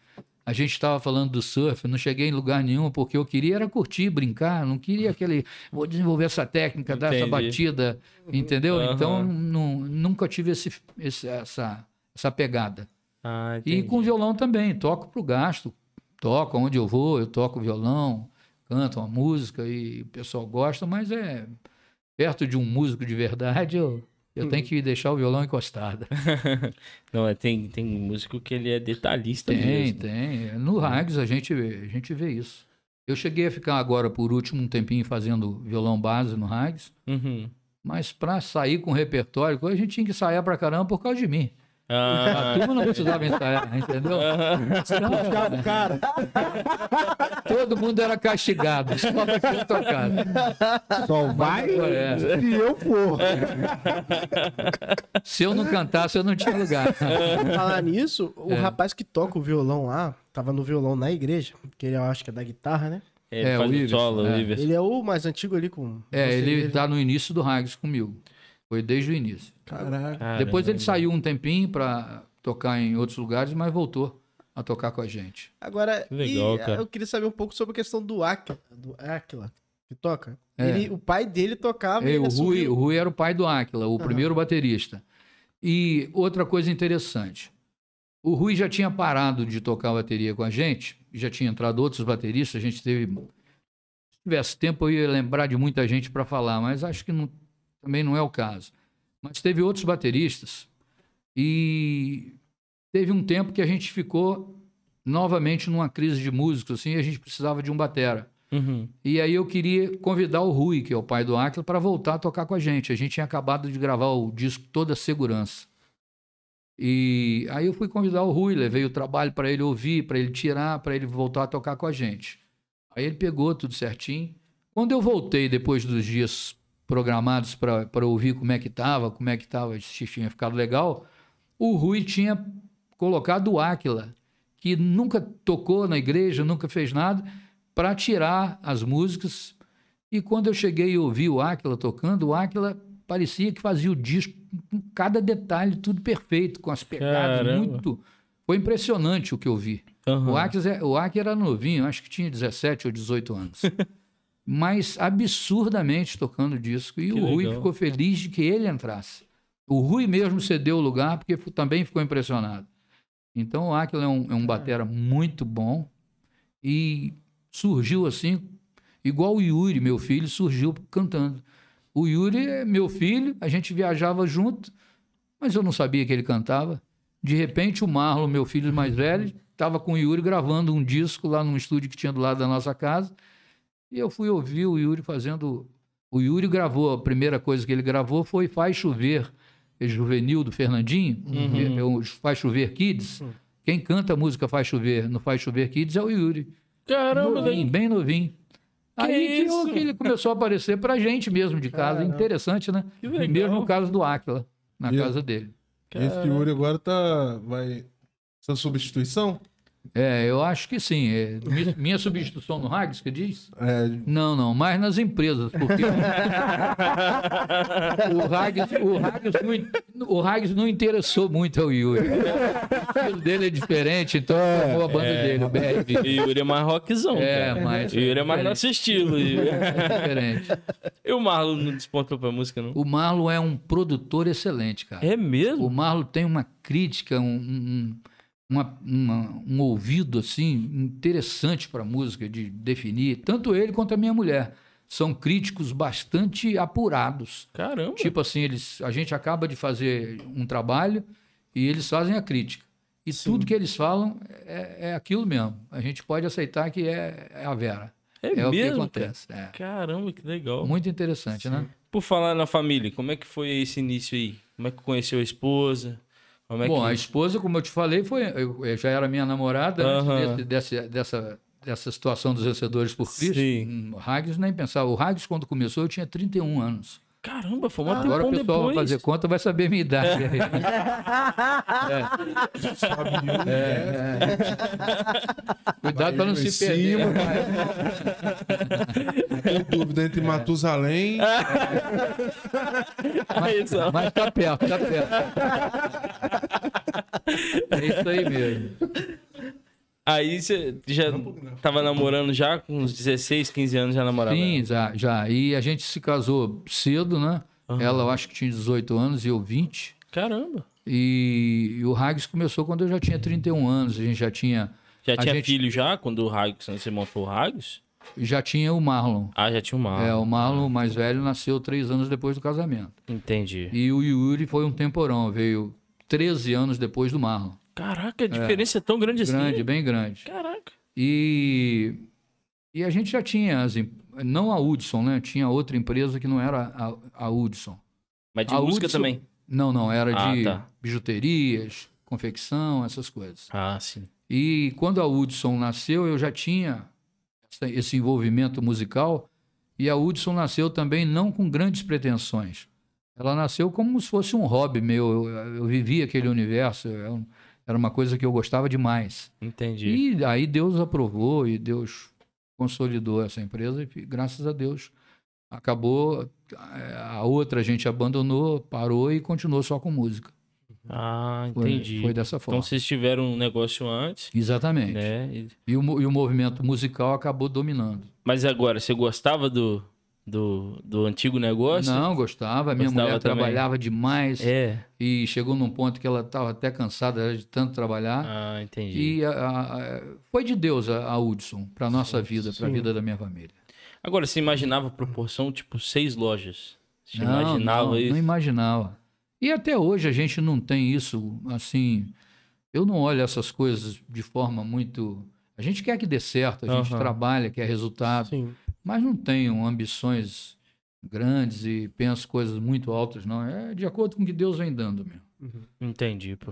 Speaker 3: A gente estava falando do surf, não cheguei em lugar nenhum, porque eu queria era curtir, brincar, não queria aquele. Vou desenvolver essa técnica, dar essa
Speaker 1: Uhum. Entendi. Uhum.
Speaker 3: batida, entendeu?
Speaker 1: Aham.
Speaker 3: Então, nu- nunca tive esse, esse- essa, essa pegada.
Speaker 1: Ah,
Speaker 3: E
Speaker 1: entendi.
Speaker 3: com violão também, toco pro gasto, toco onde eu vou, eu toco violão, canto uma música e o pessoal gosta, mas é perto de um músico de verdade, eu, eu
Speaker 1: Hum.
Speaker 3: tenho que deixar o violão encostado.
Speaker 1: Não, é, tem, tem músico que ele é detalhista
Speaker 3: Tem,
Speaker 1: mesmo.
Speaker 3: tem. No Rags a gente, vê- a gente vê isso. Eu cheguei a ficar agora, por último, um tempinho fazendo violão base no Rags,
Speaker 1: Uhum.
Speaker 3: mas pra sair com repertório, a gente tinha que ensaiar pra caramba por causa de mim. A
Speaker 1: Ah,
Speaker 3: *laughs* turma não precisava ensaiar, né, entendeu?
Speaker 2: Puxar o cara.
Speaker 3: Todo mundo era castigado, só pra quem tocava.
Speaker 5: Só vai
Speaker 3: É.
Speaker 5: se eu
Speaker 1: *laughs*
Speaker 5: for.
Speaker 3: Se eu não cantasse, eu não tinha lugar.
Speaker 2: Falar nisso,
Speaker 3: É.
Speaker 2: o rapaz que toca o violão lá, tava no violão na igreja, que ele eu acho que é da guitarra, né?
Speaker 1: ele
Speaker 3: É,
Speaker 1: faz
Speaker 3: o
Speaker 1: o
Speaker 3: Iverson,
Speaker 1: solo, o
Speaker 3: é.
Speaker 1: Iverson.
Speaker 2: Ele é o mais antigo ali com.
Speaker 3: É,
Speaker 2: você,
Speaker 3: ele tá no início do Rags comigo. Foi desde o início.
Speaker 4: Caraca.
Speaker 1: Cara,
Speaker 3: Depois ele saiu um tempinho pra tocar em outros lugares, mas voltou a tocar com a gente.
Speaker 2: Agora,
Speaker 1: Que legal,
Speaker 2: e, ah,
Speaker 1: cara.
Speaker 2: eu queria saber um pouco sobre a questão do Aquila, do Aquila que toca.
Speaker 3: É.
Speaker 2: Ele, o pai dele tocava
Speaker 3: É,
Speaker 2: ele
Speaker 3: o,
Speaker 2: assumiu.
Speaker 3: Rui, o Rui era o pai do Áquila, o primeiro baterista. E outra coisa interessante. O Rui já tinha parado de tocar bateria com a gente, já tinha entrado outros bateristas, a gente teve. Se tivesse tempo, eu ia lembrar de muita gente para falar, mas acho que não- também não é o caso. Mas teve outros bateristas e teve um tempo que a gente ficou novamente numa crise de músicos, assim, e a gente precisava de um batera.
Speaker 1: Uhum.
Speaker 3: E aí eu queria convidar o Rui, que é o pai do Aquila, para voltar a tocar com a gente. A gente tinha acabado de gravar o disco Toda Segurança. E aí eu fui convidar o Rui, levei o trabalho para ele ouvir, para ele tirar, para ele voltar a tocar com a gente. Aí ele pegou tudo certinho. Quando eu voltei depois dos dias programados para ouvir como é que tava, como é que tava, se tinha ficado legal, o Rui tinha colocado o Aquila, que nunca tocou na igreja, nunca fez nada, para tirar as músicas. E quando eu cheguei e ouvi o Aquila tocando, o Aquila parecia que fazia o disco com cada detalhe, tudo perfeito, com as pegadas
Speaker 1: Caramba.
Speaker 3: muito. Foi impressionante o que eu vi.
Speaker 1: Aham.
Speaker 3: O Aques, é- o Aques era novinho, acho que tinha 17 ou 18 anos. Mas absurdamente tocando disco. E
Speaker 1: Que
Speaker 3: o Rui
Speaker 1: legal.
Speaker 3: ficou feliz de que ele entrasse. O Rui mesmo cedeu o lugar, porque fu- também ficou impressionado. Então o Aquila é um, é um batera muito bom. E surgiu assim, igual o Yuri, meu filho, surgiu cantando. O Yuri é meu filho, a gente viajava junto, mas eu não sabia que ele cantava. De repente, o Marlon, meu filho mais velho, estava com o Yuri gravando um disco lá num estúdio que tinha do lado da nossa casa. E eu fui ouvir o Yuri fazendo. O Yuri gravou, a primeira coisa que ele gravou foi Faz Chover, juvenil do Fernandinho,
Speaker 1: Uhum.
Speaker 3: é o Faz Chover Kids. Quem canta a música Faz Chover no Faz Chover Kids é o Yuri.
Speaker 1: Caramba,
Speaker 3: Novinho,
Speaker 1: velho.
Speaker 3: bem novinho. Aí que, eu-
Speaker 1: isso?
Speaker 3: que ele começou a aparecer pra gente mesmo de casa. Interessante, né?
Speaker 1: Que legal.
Speaker 3: Mesmo no caso do Áquila, na
Speaker 4: E-
Speaker 3: casa dele.
Speaker 4: Esse Yuri agora tá. Vai. Sua substituição?
Speaker 3: É, eu acho que sim. É, minha, minha substituição no Hags, que diz?
Speaker 4: É,
Speaker 3: Não, não, mas nas empresas, porque o Hags, o, Hags não, in- o Hags não interessou muito ao Yuri. O estilo dele é diferente, então formou a banda dele, o
Speaker 1: *laughs*
Speaker 3: BRV.
Speaker 1: *laughs* E Yuri é mais rockzão,
Speaker 3: É,
Speaker 1: cara.
Speaker 3: mas-
Speaker 1: Yuri é mais nosso estilo.
Speaker 3: *laughs*
Speaker 1: Yuri.
Speaker 3: É diferente.
Speaker 1: e o Marlon não despontou pra música, não?
Speaker 3: O Marlon é um produtor excelente, cara.
Speaker 1: É
Speaker 3: O
Speaker 1: mesmo?
Speaker 3: Marlon tem uma crítica, um, um- uma- uma- um ouvido assim interessante para música de definir. Tanto ele quanto a minha mulher são críticos bastante apurados.
Speaker 1: Caramba.
Speaker 3: Tipo assim, eles, a gente acaba de fazer um trabalho e eles fazem a crítica. E tudo que eles falam é, é aquilo mesmo. A gente pode aceitar que é, é a Vera.
Speaker 1: é,
Speaker 3: É, o que
Speaker 1: mesmo? cara?
Speaker 3: acontece. É.
Speaker 1: Caramba, que legal.
Speaker 3: Muito interessante, né?
Speaker 1: Por falar na família, como é que foi esse início aí? Como é que conheceu a esposa? Como é
Speaker 3: Bom, a
Speaker 1: que...
Speaker 3: esposa, como eu te falei, foi, eu, eu já era minha namorada
Speaker 1: Aham.
Speaker 3: antes desse- desse- dessa, dessa situação dos vencedores por Cristo.
Speaker 1: Sim.
Speaker 3: Hum, O Hags nem pensava. O Hags, quando começou, eu tinha 31 anos.
Speaker 1: Caramba, foi um
Speaker 3: Agora
Speaker 1: tempão
Speaker 3: o pessoal vai
Speaker 1: depois.
Speaker 3: fazer conta, vai saber a
Speaker 1: *laughs*
Speaker 3: minha idade.
Speaker 4: sabe, né?
Speaker 3: Cuidado para não
Speaker 4: Vai em
Speaker 3: se perder.
Speaker 4: cima. Tem dúvida entre Matusalém.
Speaker 1: *laughs* Aí, só.
Speaker 3: Mas tá perto, tá perto. É isso aí mesmo.
Speaker 1: Aí você já tava namorando já com uns 16, 15 anos já namorava?
Speaker 3: Sim, já, já. E a gente se casou cedo, né? Ela, eu acho que tinha 18 anos e eu 20.
Speaker 1: Caramba.
Speaker 3: E, e o Hags começou quando eu já tinha 31 anos. A gente já tinha,
Speaker 1: Já
Speaker 3: A
Speaker 1: tinha
Speaker 3: gente-
Speaker 1: filho já quando o Hags, você montou o Hags?
Speaker 3: já tinha o Marlon.
Speaker 1: Ah, já tinha uma.
Speaker 3: É, o Marlon, o mais velho, nasceu três anos depois do casamento.
Speaker 1: Entendi.
Speaker 3: E o Yuri foi um temporão, veio 13 anos depois do Marlon.
Speaker 1: Caraca, a diferença é, tão grande,
Speaker 3: Grande,
Speaker 1: assim.
Speaker 3: bem grande.
Speaker 1: Caraca.
Speaker 3: E, e a gente já tinha, as em- não a Hudson, né? Tinha outra empresa que não era a, a Hudson.
Speaker 1: Mas de
Speaker 3: A
Speaker 1: música
Speaker 3: Hudson-
Speaker 1: também.
Speaker 3: Não, não, era
Speaker 1: Ah,
Speaker 3: de
Speaker 1: tá.
Speaker 3: bijuterias, confecção, essas coisas.
Speaker 1: Ah, sim.
Speaker 3: E quando a Hudson nasceu, eu já tinha essa- esse envolvimento musical. E a Hudson nasceu também não com grandes pretensões. Ela nasceu como se fosse um hobby meu. Eu, eu vivia aquele universo. eu- era uma coisa que eu gostava demais.
Speaker 1: Entendi.
Speaker 3: E aí Deus aprovou e Deus consolidou essa empresa. E graças a Deus acabou. eh, A outra a gente abandonou, parou e continuou só com música.
Speaker 1: Ah,
Speaker 3: Foi,
Speaker 1: entendi.
Speaker 3: foi dessa forma.
Speaker 1: então vocês tiveram um negócio antes,
Speaker 3: Exatamente.
Speaker 1: né? E-
Speaker 3: E o, mo- e o movimento musical acabou dominando.
Speaker 1: Mas agora, você gostava do, do, do antigo negócio?
Speaker 3: Não, gostava. Minha
Speaker 1: Gostava
Speaker 3: mulher
Speaker 1: também.
Speaker 3: trabalhava demais
Speaker 1: É.
Speaker 3: e chegou num ponto que ela estava até cansada de tanto trabalhar.
Speaker 1: Ah, entendi.
Speaker 3: E a- a- a- foi de Deus a, a Hudson para nossa vida, para a
Speaker 2: sim.
Speaker 3: vida da minha família.
Speaker 1: Agora, você imaginava a proporção, tipo, seis lojas? Você
Speaker 3: Não,
Speaker 1: imaginava
Speaker 3: não,
Speaker 1: isso?
Speaker 3: Não imaginava. E até hoje a gente não tem isso assim. Eu não olho essas coisas de forma muito. A gente quer que dê certo, a gente
Speaker 1: Aham.
Speaker 3: trabalha, quer resultado.
Speaker 2: Sim.
Speaker 3: mas não tenho ambições grandes e penso coisas muito altas, não. É de acordo com o que Deus vem dando mesmo.
Speaker 1: Entendi, pô.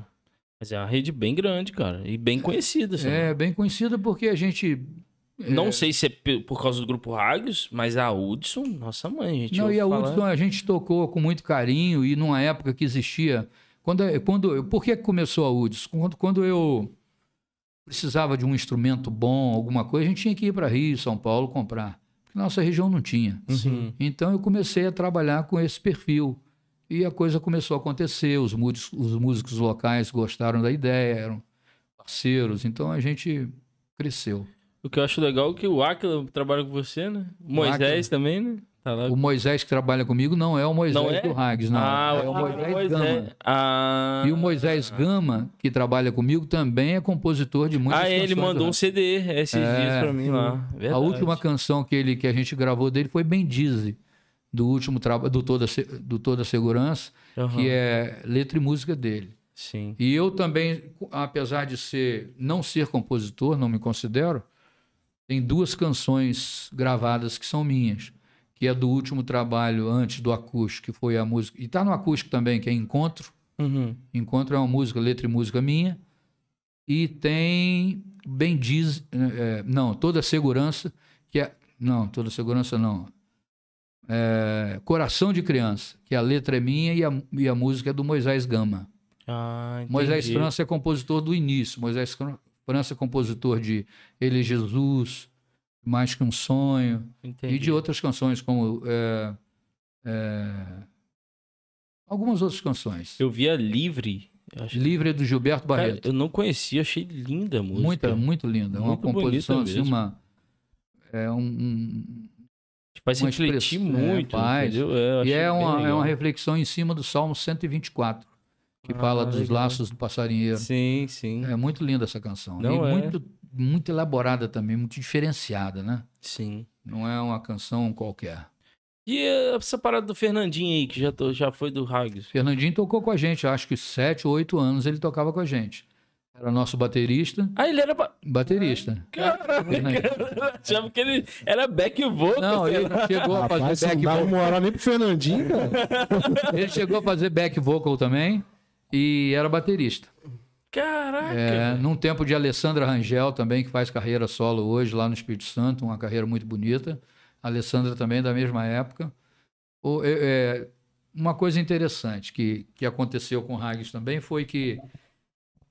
Speaker 1: Mas é uma rede bem grande, cara. E bem conhecida, assim.
Speaker 3: É bem conhecida porque a gente.
Speaker 1: Não sei se é pe- por causa do grupo Hagios, mas a Hudson, nossa mãe, gente.
Speaker 3: Não,
Speaker 1: ouve
Speaker 3: e a
Speaker 1: falar.
Speaker 3: Hudson é a gente tocou com muito carinho e numa época que existia. Quando, eh, quando, eu- por que que começou a Hudson? Quando, quando eu precisava de um instrumento bom, alguma coisa, a gente tinha que ir para Rio, São Paulo comprar. Porque nossa região não tinha.
Speaker 1: Sim.
Speaker 3: Então eu comecei a trabalhar com esse perfil. E a coisa começou a acontecer, os músicos, os músicos locais gostaram da ideia, eram parceiros, então a gente cresceu.
Speaker 1: O que eu acho legal é que o Aquila trabalha com você, né? O Moisés também, né? Tá lá.
Speaker 3: O Moisés que trabalha comigo não é o Moisés
Speaker 1: Não é?
Speaker 3: do Hags, não.
Speaker 1: ah,
Speaker 3: é o Moisés, Gama.
Speaker 1: Ah,
Speaker 3: E o Moisés Gama, que trabalha comigo, também é compositor de muitas
Speaker 1: ah, é, ele
Speaker 3: canções do
Speaker 1: mandou um
Speaker 3: Hags.
Speaker 1: CD esses dias pra mim lá. Verdade.
Speaker 3: né? É. A última canção que, ele, que a gente gravou dele foi Bendize, do último trabalho do Toda, Se- do Toda Segurança,
Speaker 1: Aham.
Speaker 3: que é letra e música dele.
Speaker 1: Sim.
Speaker 3: E eu também, apesar de ser não ser compositor, não me considero, tem duas canções gravadas que são minhas, que é do último trabalho antes do acústico, que foi a música, e tá no acústico também, que é Encontro.
Speaker 1: Uhum.
Speaker 3: Encontro é uma música, letra e música minha. E tem Bem Diz, eh, eh, não, Toda Segurança, que é, não, Toda Segurança não. É, Coração de Criança, que a letra é minha e a, e a música é do Moisés Gama.
Speaker 1: Ah, entendi.
Speaker 3: Moisés França é compositor do início. Moisés Fran- França, compositor de Ele é Jesus, Mais Que Um Sonho,
Speaker 1: Entendi.
Speaker 3: e de outras canções, como. é, é, algumas outras canções.
Speaker 1: Eu via Livre. Eu achei-
Speaker 3: Livre é do Gilberto
Speaker 1: Cara,
Speaker 3: Barreto.
Speaker 1: eu não conhecia, achei linda a música.
Speaker 3: Muita, muito linda. Uma
Speaker 1: Muito bonita
Speaker 3: composição, assim,
Speaker 1: mesmo.
Speaker 3: uma. É um- um,
Speaker 1: Te Tipo, Faz
Speaker 3: uma
Speaker 1: refletir
Speaker 3: expressão- é,
Speaker 1: muito,
Speaker 3: faz.
Speaker 1: entendeu? É, eu
Speaker 3: E
Speaker 1: achei
Speaker 3: é
Speaker 1: bem
Speaker 3: uma, é
Speaker 1: legal.
Speaker 3: uma reflexão em cima do Salmo 124, que
Speaker 1: Ah,
Speaker 3: fala dos
Speaker 1: legal.
Speaker 3: laços do passarinheiro.
Speaker 1: Sim, sim.
Speaker 3: É muito linda essa canção.
Speaker 1: Não
Speaker 3: e
Speaker 1: é?
Speaker 3: muito, muito elaborada também, muito diferenciada, né?
Speaker 1: Sim.
Speaker 3: Não é uma canção qualquer.
Speaker 1: E eh, essa parada do Fernandinho aí, que já, tô- já foi do Hags.
Speaker 3: Fernandinho tocou com a gente, acho que sete ou oito anos ele tocava com a gente. Era nosso baterista.
Speaker 1: Ah, ele era. ba-
Speaker 3: Baterista.
Speaker 1: Caraca, *laughs*
Speaker 3: Fernandinho.
Speaker 1: eu achava que ele era back vocal.
Speaker 3: Não,
Speaker 1: sei
Speaker 3: ele
Speaker 1: lá.
Speaker 3: chegou a
Speaker 5: Rapaz,
Speaker 3: fazer
Speaker 5: você não
Speaker 3: back
Speaker 5: dava
Speaker 3: vocal.
Speaker 5: moral nem pro Fernandinho, cara.
Speaker 3: Ele chegou a fazer back vocal também e era baterista.
Speaker 1: Caraca.
Speaker 3: É,
Speaker 1: velho.
Speaker 3: num tempo de Alessandra Rangel também, que faz carreira solo hoje lá no Espírito Santo, uma carreira muito bonita. Alessandra também da mesma época. O- é, é, uma coisa interessante que, que aconteceu com o Haggis também foi que,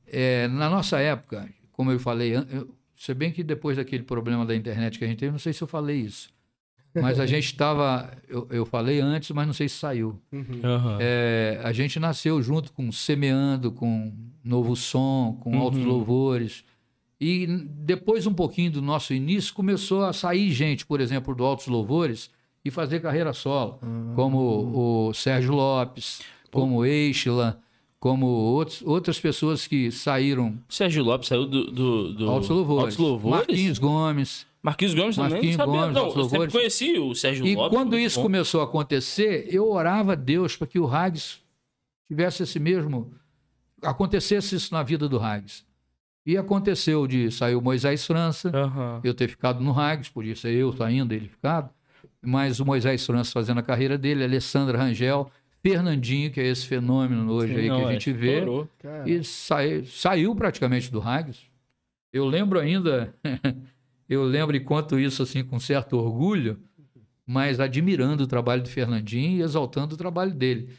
Speaker 3: é, na nossa época, como eu falei, an- eu, se bem que depois daquele problema da internet que a gente teve, não sei se eu falei isso, mas a gente estava, eu, eu falei antes, mas não sei se saiu.
Speaker 1: Aham.
Speaker 3: É, a gente nasceu junto com Semeando, com Novo Som, com
Speaker 1: Uhum.
Speaker 3: Altos Louvores. E n- depois, um pouquinho do nosso início, começou a sair gente, por exemplo, do Altos Louvores e fazer carreira solo,
Speaker 1: Ah.
Speaker 3: como o Sérgio Lopes, como Eichla, como outros, outras pessoas que saíram
Speaker 1: O Sérgio Lopes saiu do. do, do...
Speaker 3: do Altos Louvores.
Speaker 1: Altos Louvores?
Speaker 3: Marquinhos Gomes.
Speaker 1: Marquinhos Gomes também
Speaker 3: Marquinhos
Speaker 1: não sabia,
Speaker 3: Gomes,
Speaker 1: não.
Speaker 3: Altos
Speaker 1: Eu sempre
Speaker 3: Louvores.
Speaker 1: conheci o Sérgio
Speaker 3: E
Speaker 1: Lopes.
Speaker 3: quando
Speaker 1: muito
Speaker 3: isso
Speaker 1: bom.
Speaker 3: começou a acontecer, eu orava a Deus para que o Hags tivesse esse mesmo. acontecesse isso na vida do Hags. E aconteceu de saiu Moisés França,
Speaker 1: Aham.
Speaker 3: eu ter ficado no Hags, por isso é eu saindo, ele ficado. Mas o Moisés França fazendo a carreira dele, Alessandra Rangel, Fernandinho, que é esse fenômeno hoje aí
Speaker 1: Não,
Speaker 3: que a
Speaker 1: é,
Speaker 3: gente vê.
Speaker 1: estourou.
Speaker 2: Cara,
Speaker 3: E sai- saiu praticamente do Hags. Eu lembro ainda, *laughs* eu lembro e conto isso assim com certo orgulho, mas admirando o trabalho do Fernandinho e exaltando o trabalho dele.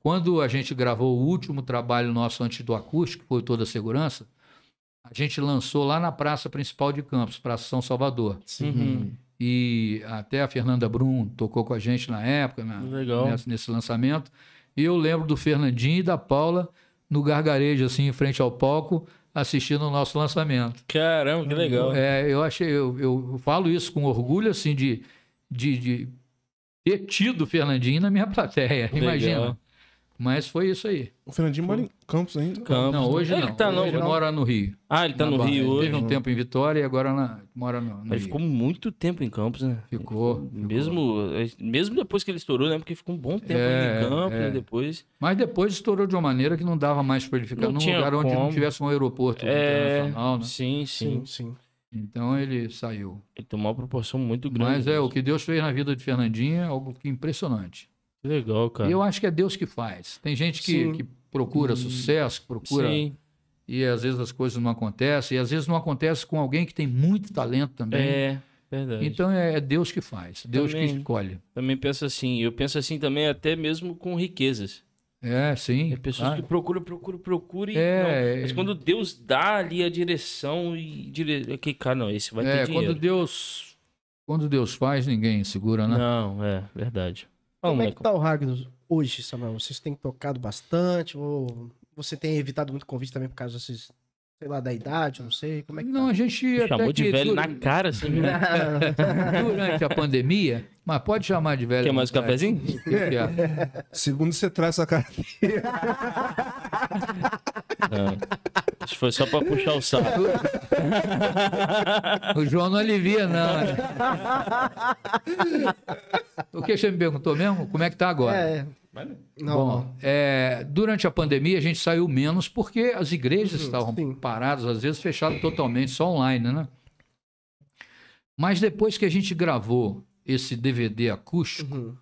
Speaker 3: Quando a gente gravou o último trabalho nosso antes do acústico, que foi o Toda a Segurança, a gente lançou lá na praça principal de Campos, Praça São Salvador.
Speaker 1: Uhum.
Speaker 3: E até a Fernanda Brum tocou com a gente na época, na,
Speaker 1: Legal.
Speaker 3: nessa- Então, nesse lançamento. E eu lembro do Fernandinho e da Paula no gargarejo, assim, em frente ao palco, assistindo o nosso lançamento.
Speaker 1: Caramba, que legal.
Speaker 3: É, eu achei, eu, eu falo isso com orgulho, assim, de, de, de ter tido o Fernandinho na minha plateia,
Speaker 1: Legal.
Speaker 3: imagina. Mas foi isso aí.
Speaker 4: O Fernandinho mora em Campos ainda.
Speaker 1: Campos.
Speaker 3: Não, hoje
Speaker 1: ele
Speaker 3: não.
Speaker 1: Tá
Speaker 3: hoje
Speaker 1: não.
Speaker 3: mora no Rio.
Speaker 1: Ah, ele tá
Speaker 3: Na
Speaker 1: no
Speaker 3: Barra.
Speaker 1: Rio
Speaker 3: Ele
Speaker 1: hoje.
Speaker 3: Teve um tempo em Vitória e agora na- mora no, no
Speaker 1: Mas ele
Speaker 3: Rio.
Speaker 1: ficou muito tempo em Campos, né?
Speaker 3: Ficou, ficou.
Speaker 1: Mesmo, é, mesmo depois que ele estourou, né? Porque ficou um bom tempo
Speaker 3: É,
Speaker 1: ali em Campos,
Speaker 3: é.
Speaker 1: né? Depois.
Speaker 3: Mas depois estourou de uma maneira que não dava mais para ele ficar
Speaker 1: Não
Speaker 3: num
Speaker 1: tinha
Speaker 3: lugar onde não
Speaker 1: como.
Speaker 3: tivesse um aeroporto
Speaker 1: É,
Speaker 3: internacional, né?
Speaker 1: Sim, sim,
Speaker 2: sim, sim.
Speaker 3: Então ele saiu.
Speaker 1: Ele tomou uma proporção muito grande.
Speaker 3: Mas é, o que Deus fez na vida de Fernandinho é algo que impressionante.
Speaker 1: Que legal, cara.
Speaker 3: E eu acho que é Deus que faz. Tem gente que,
Speaker 2: Sim.
Speaker 3: que procura sucesso, que procura.
Speaker 1: Hum. Sim.
Speaker 3: E às vezes as coisas não acontecem. E às vezes não acontece com alguém que tem muito talento também.
Speaker 1: É, verdade.
Speaker 3: Então é, é Deus que faz. Deus
Speaker 1: Também.
Speaker 3: que escolhe.
Speaker 1: Também penso assim. Eu penso assim também, até mesmo com riquezas.
Speaker 3: É, sim.
Speaker 1: É pessoas
Speaker 3: claro.
Speaker 1: que procuram, procuram, procuram e.
Speaker 3: É.
Speaker 1: não. Mas quando Deus dá ali a direção e. Dire... é Que cara, não, esse vai
Speaker 3: É,
Speaker 1: ter dinheiro.
Speaker 3: quando Deus. Quando Deus faz, ninguém segura, né?
Speaker 1: Não, é, verdade. Fala,
Speaker 2: Como é que
Speaker 1: Michael.
Speaker 2: tá o Ragnos hoje, Samuel? Vocês têm tocado bastante? Ou você tem evitado muito convite também por causa desses, sei lá, da idade, não sei? Como é
Speaker 3: *laughs*
Speaker 2: que
Speaker 3: Não, a gente. até
Speaker 1: Chamou de
Speaker 3: que
Speaker 1: velho
Speaker 3: dur-
Speaker 1: na cara, assim. né?
Speaker 3: *laughs* Durante a pandemia, mas pode chamar de velho.
Speaker 1: Quer mais um
Speaker 3: à vontade.
Speaker 1: cafezinho?
Speaker 3: O que que é?
Speaker 4: Segundo você traz essa cara.
Speaker 1: Não. Isso foi só pra puxar o saco.
Speaker 3: *laughs* O João não alivia, não.
Speaker 1: *laughs*
Speaker 3: né? o que você me perguntou mesmo? Como é que tá agora?
Speaker 2: É, é. Não, não.
Speaker 3: Bom, é, durante a pandemia a gente saiu menos porque as igrejas estavam
Speaker 2: Uhum, sim.
Speaker 3: paradas, às vezes fechadas totalmente, só online, né? Mas depois que a gente gravou esse DVD acústico,
Speaker 2: Uhum.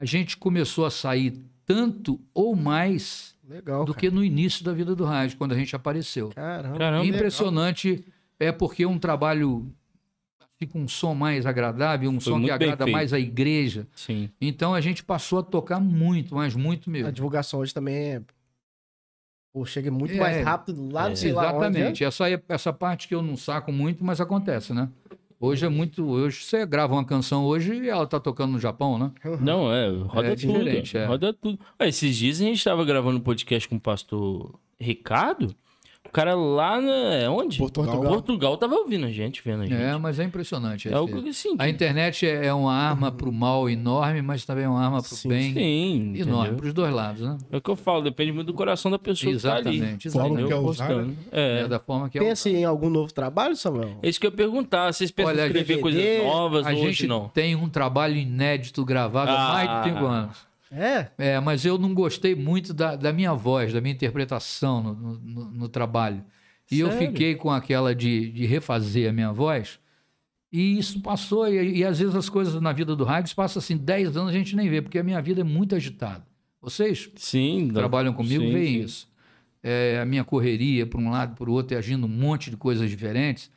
Speaker 3: a gente começou a sair tanto ou mais
Speaker 2: Legal.
Speaker 3: do
Speaker 2: cara.
Speaker 3: que no início da vida do rádio, quando a gente apareceu. É
Speaker 2: Caramba.
Speaker 1: Caramba.
Speaker 3: Impressionante é porque é um trabalho assim, com um som mais agradável, um
Speaker 1: Foi
Speaker 3: som que
Speaker 1: muito bem
Speaker 3: agrada
Speaker 1: feito.
Speaker 3: mais a igreja.
Speaker 1: Sim.
Speaker 3: Então a gente passou a tocar muito, mas muito
Speaker 2: A
Speaker 3: mesmo.
Speaker 2: divulgação hoje também é Pô, chega muito
Speaker 3: É.
Speaker 2: mais rápido lá, não
Speaker 1: É.
Speaker 2: sei lá onde.
Speaker 3: Exatamente. Essa, aí é- essa parte que eu não saco muito, mas acontece, né? Hoje é muito. Hoje você grava uma canção hoje e ela tá tocando no Japão, né?
Speaker 1: Não, é, roda
Speaker 3: É
Speaker 1: tudo.
Speaker 3: diferente, é.
Speaker 1: Roda tudo. Ah, esses dias a gente tava gravando um podcast com o pastor Ricardo. O cara lá na. é Onde?
Speaker 4: Portugal.
Speaker 1: Portugal tava ouvindo a gente, vendo a gente.
Speaker 3: É, mas é impressionante.
Speaker 1: É
Speaker 3: esse-
Speaker 1: algo que sim.
Speaker 3: A internet é é uma arma pro mal enorme, mas também é uma arma pro
Speaker 2: Sim,
Speaker 3: bem
Speaker 1: Sim,
Speaker 3: enorme,
Speaker 1: entendeu?
Speaker 3: pros dois lados, né?
Speaker 1: É o que eu falo, depende muito do coração da pessoa que
Speaker 3: Exatamente,
Speaker 1: tá ali. entendeu?
Speaker 3: exatamente.
Speaker 4: Qual quer usar,
Speaker 1: Postando.
Speaker 3: É.
Speaker 1: É.
Speaker 3: da forma que é.
Speaker 2: Pensa em algum novo trabalho, Samuel?
Speaker 1: É isso que eu ia perguntar. Vocês pensam
Speaker 3: Olha,
Speaker 1: em escrever
Speaker 2: DVD,
Speaker 1: coisas novas
Speaker 3: A
Speaker 1: hoje,
Speaker 3: gente
Speaker 1: não?
Speaker 3: tem um trabalho inédito gravado há mais de
Speaker 1: Ah.
Speaker 3: cinco anos.
Speaker 2: É.
Speaker 3: É, mas eu não gostei muito da, da minha voz, da minha interpretação no, no- no- no trabalho. E eu
Speaker 1: Sério?
Speaker 3: fiquei com aquela de, de refazer a minha voz. E isso passou, e, e às vezes as coisas na vida do Rags passam assim, 10 anos a gente nem vê, porque a minha vida é muito agitada. Vocês
Speaker 1: Sim.
Speaker 3: que
Speaker 1: não.
Speaker 3: trabalham comigo
Speaker 1: Sim,
Speaker 3: veem
Speaker 1: sim.
Speaker 3: isso. É, a minha correria para um lado, para o outro, e agindo um monte de coisas diferentes.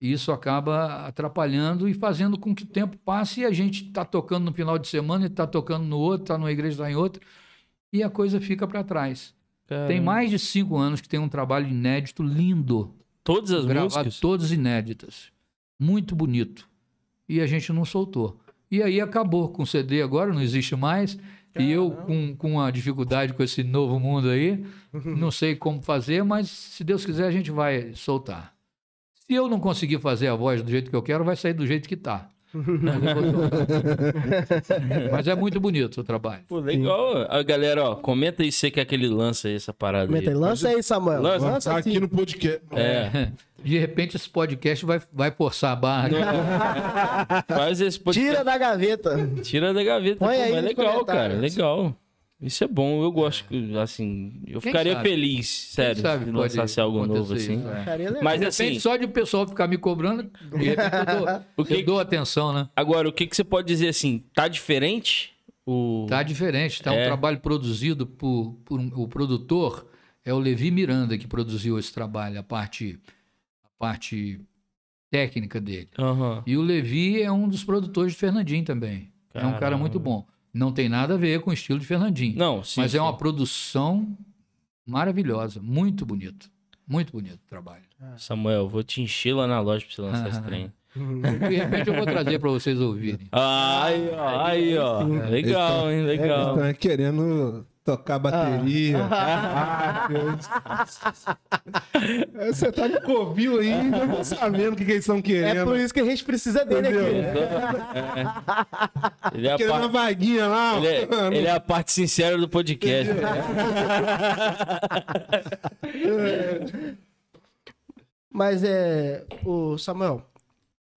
Speaker 3: E isso acaba atrapalhando e fazendo com que o tempo passe e a gente está tocando no final de semana, está tocando no outro, está numa igreja, está em outra, e a coisa fica para trás.
Speaker 1: É.
Speaker 3: Tem mais de cinco anos que tem um trabalho inédito lindo,
Speaker 1: Todas as
Speaker 3: gravado
Speaker 1: músicas?
Speaker 3: todas inéditas, muito bonito, e a gente não soltou. E aí acabou com o CD agora, não existe mais, e eu com, com a dificuldade com esse novo mundo aí, não sei como fazer, mas se Deus quiser a gente vai soltar. Se eu não conseguir fazer a voz do jeito que eu quero, vai sair do jeito que tá. Mas, eu vou soltar. Mas é muito bonito o trabalho.
Speaker 1: Pô, legal. Ah, galera, ó, comenta aí se você quer que ele lance aí essa parada
Speaker 2: Comenta aí,
Speaker 1: aí.
Speaker 2: lança aí, Samuel.
Speaker 1: Lança.
Speaker 2: Lança,
Speaker 4: Tá
Speaker 2: aqui.
Speaker 4: aqui no podcast.
Speaker 1: É,
Speaker 3: De repente esse podcast vai, vai forçar a barra.
Speaker 1: faz esse podcast.
Speaker 2: *laughs* Tira da gaveta.
Speaker 1: Tira da gaveta.
Speaker 2: Põe
Speaker 1: pô,
Speaker 2: aí
Speaker 1: mas
Speaker 2: nos
Speaker 1: legal, cara.
Speaker 2: comentários. É.
Speaker 1: Legal. Isso é bom. Eu gosto, que, assim. Eu
Speaker 3: Quem
Speaker 1: ficaria
Speaker 3: sabe?
Speaker 1: feliz, sério,
Speaker 3: sabe
Speaker 1: se
Speaker 3: pode
Speaker 1: lançasse algo novo
Speaker 3: acontecer
Speaker 1: assim.
Speaker 3: isso, é.
Speaker 2: Ficaria legal.
Speaker 1: Mas
Speaker 3: Depende
Speaker 1: assim,
Speaker 3: só de o pessoal ficar me cobrando, de repente
Speaker 1: *laughs*
Speaker 3: eu dou,
Speaker 1: O que-
Speaker 3: eu dou atenção, né?
Speaker 1: agora, o que, que você pode dizer assim? Tá diferente? O...
Speaker 3: Tá diferente, tá
Speaker 1: É.
Speaker 3: um trabalho produzido por, por um- o produtor, é o Levi Miranda que produziu esse trabalho, a parte, a parte técnica dele.
Speaker 1: Aham.
Speaker 3: E o Levi é um dos produtores de Fernandinho também. É um cara
Speaker 1: Caramba.
Speaker 3: muito bom. Não tem nada a ver com o estilo de Fernandinho,
Speaker 1: Não, sim.
Speaker 3: mas é
Speaker 1: sim.
Speaker 3: uma produção maravilhosa, muito bonito. Muito bonito o trabalho.
Speaker 1: Samuel, eu vou te encher lá na loja pra você lançar
Speaker 3: *laughs*
Speaker 1: esse trem.
Speaker 3: De repente eu vou trazer para vocês ouvirem.
Speaker 1: Aí, ó, aí,
Speaker 3: é
Speaker 1: ó. Legal, hein?
Speaker 2: é
Speaker 1: É, Legal.
Speaker 5: Estão querendo tocar bateria. Ah, Deus. Você tá no covil ainda, não sabendo o que, que eles estão
Speaker 2: É
Speaker 5: querendo.
Speaker 2: por isso que a gente precisa dele aqui. né?
Speaker 1: Ele é, a
Speaker 5: Querendo uma
Speaker 1: parte,
Speaker 5: vaguinha lá.
Speaker 1: ele, é, ele é a parte sincera do podcast. né?
Speaker 2: Mas é. O Samuel,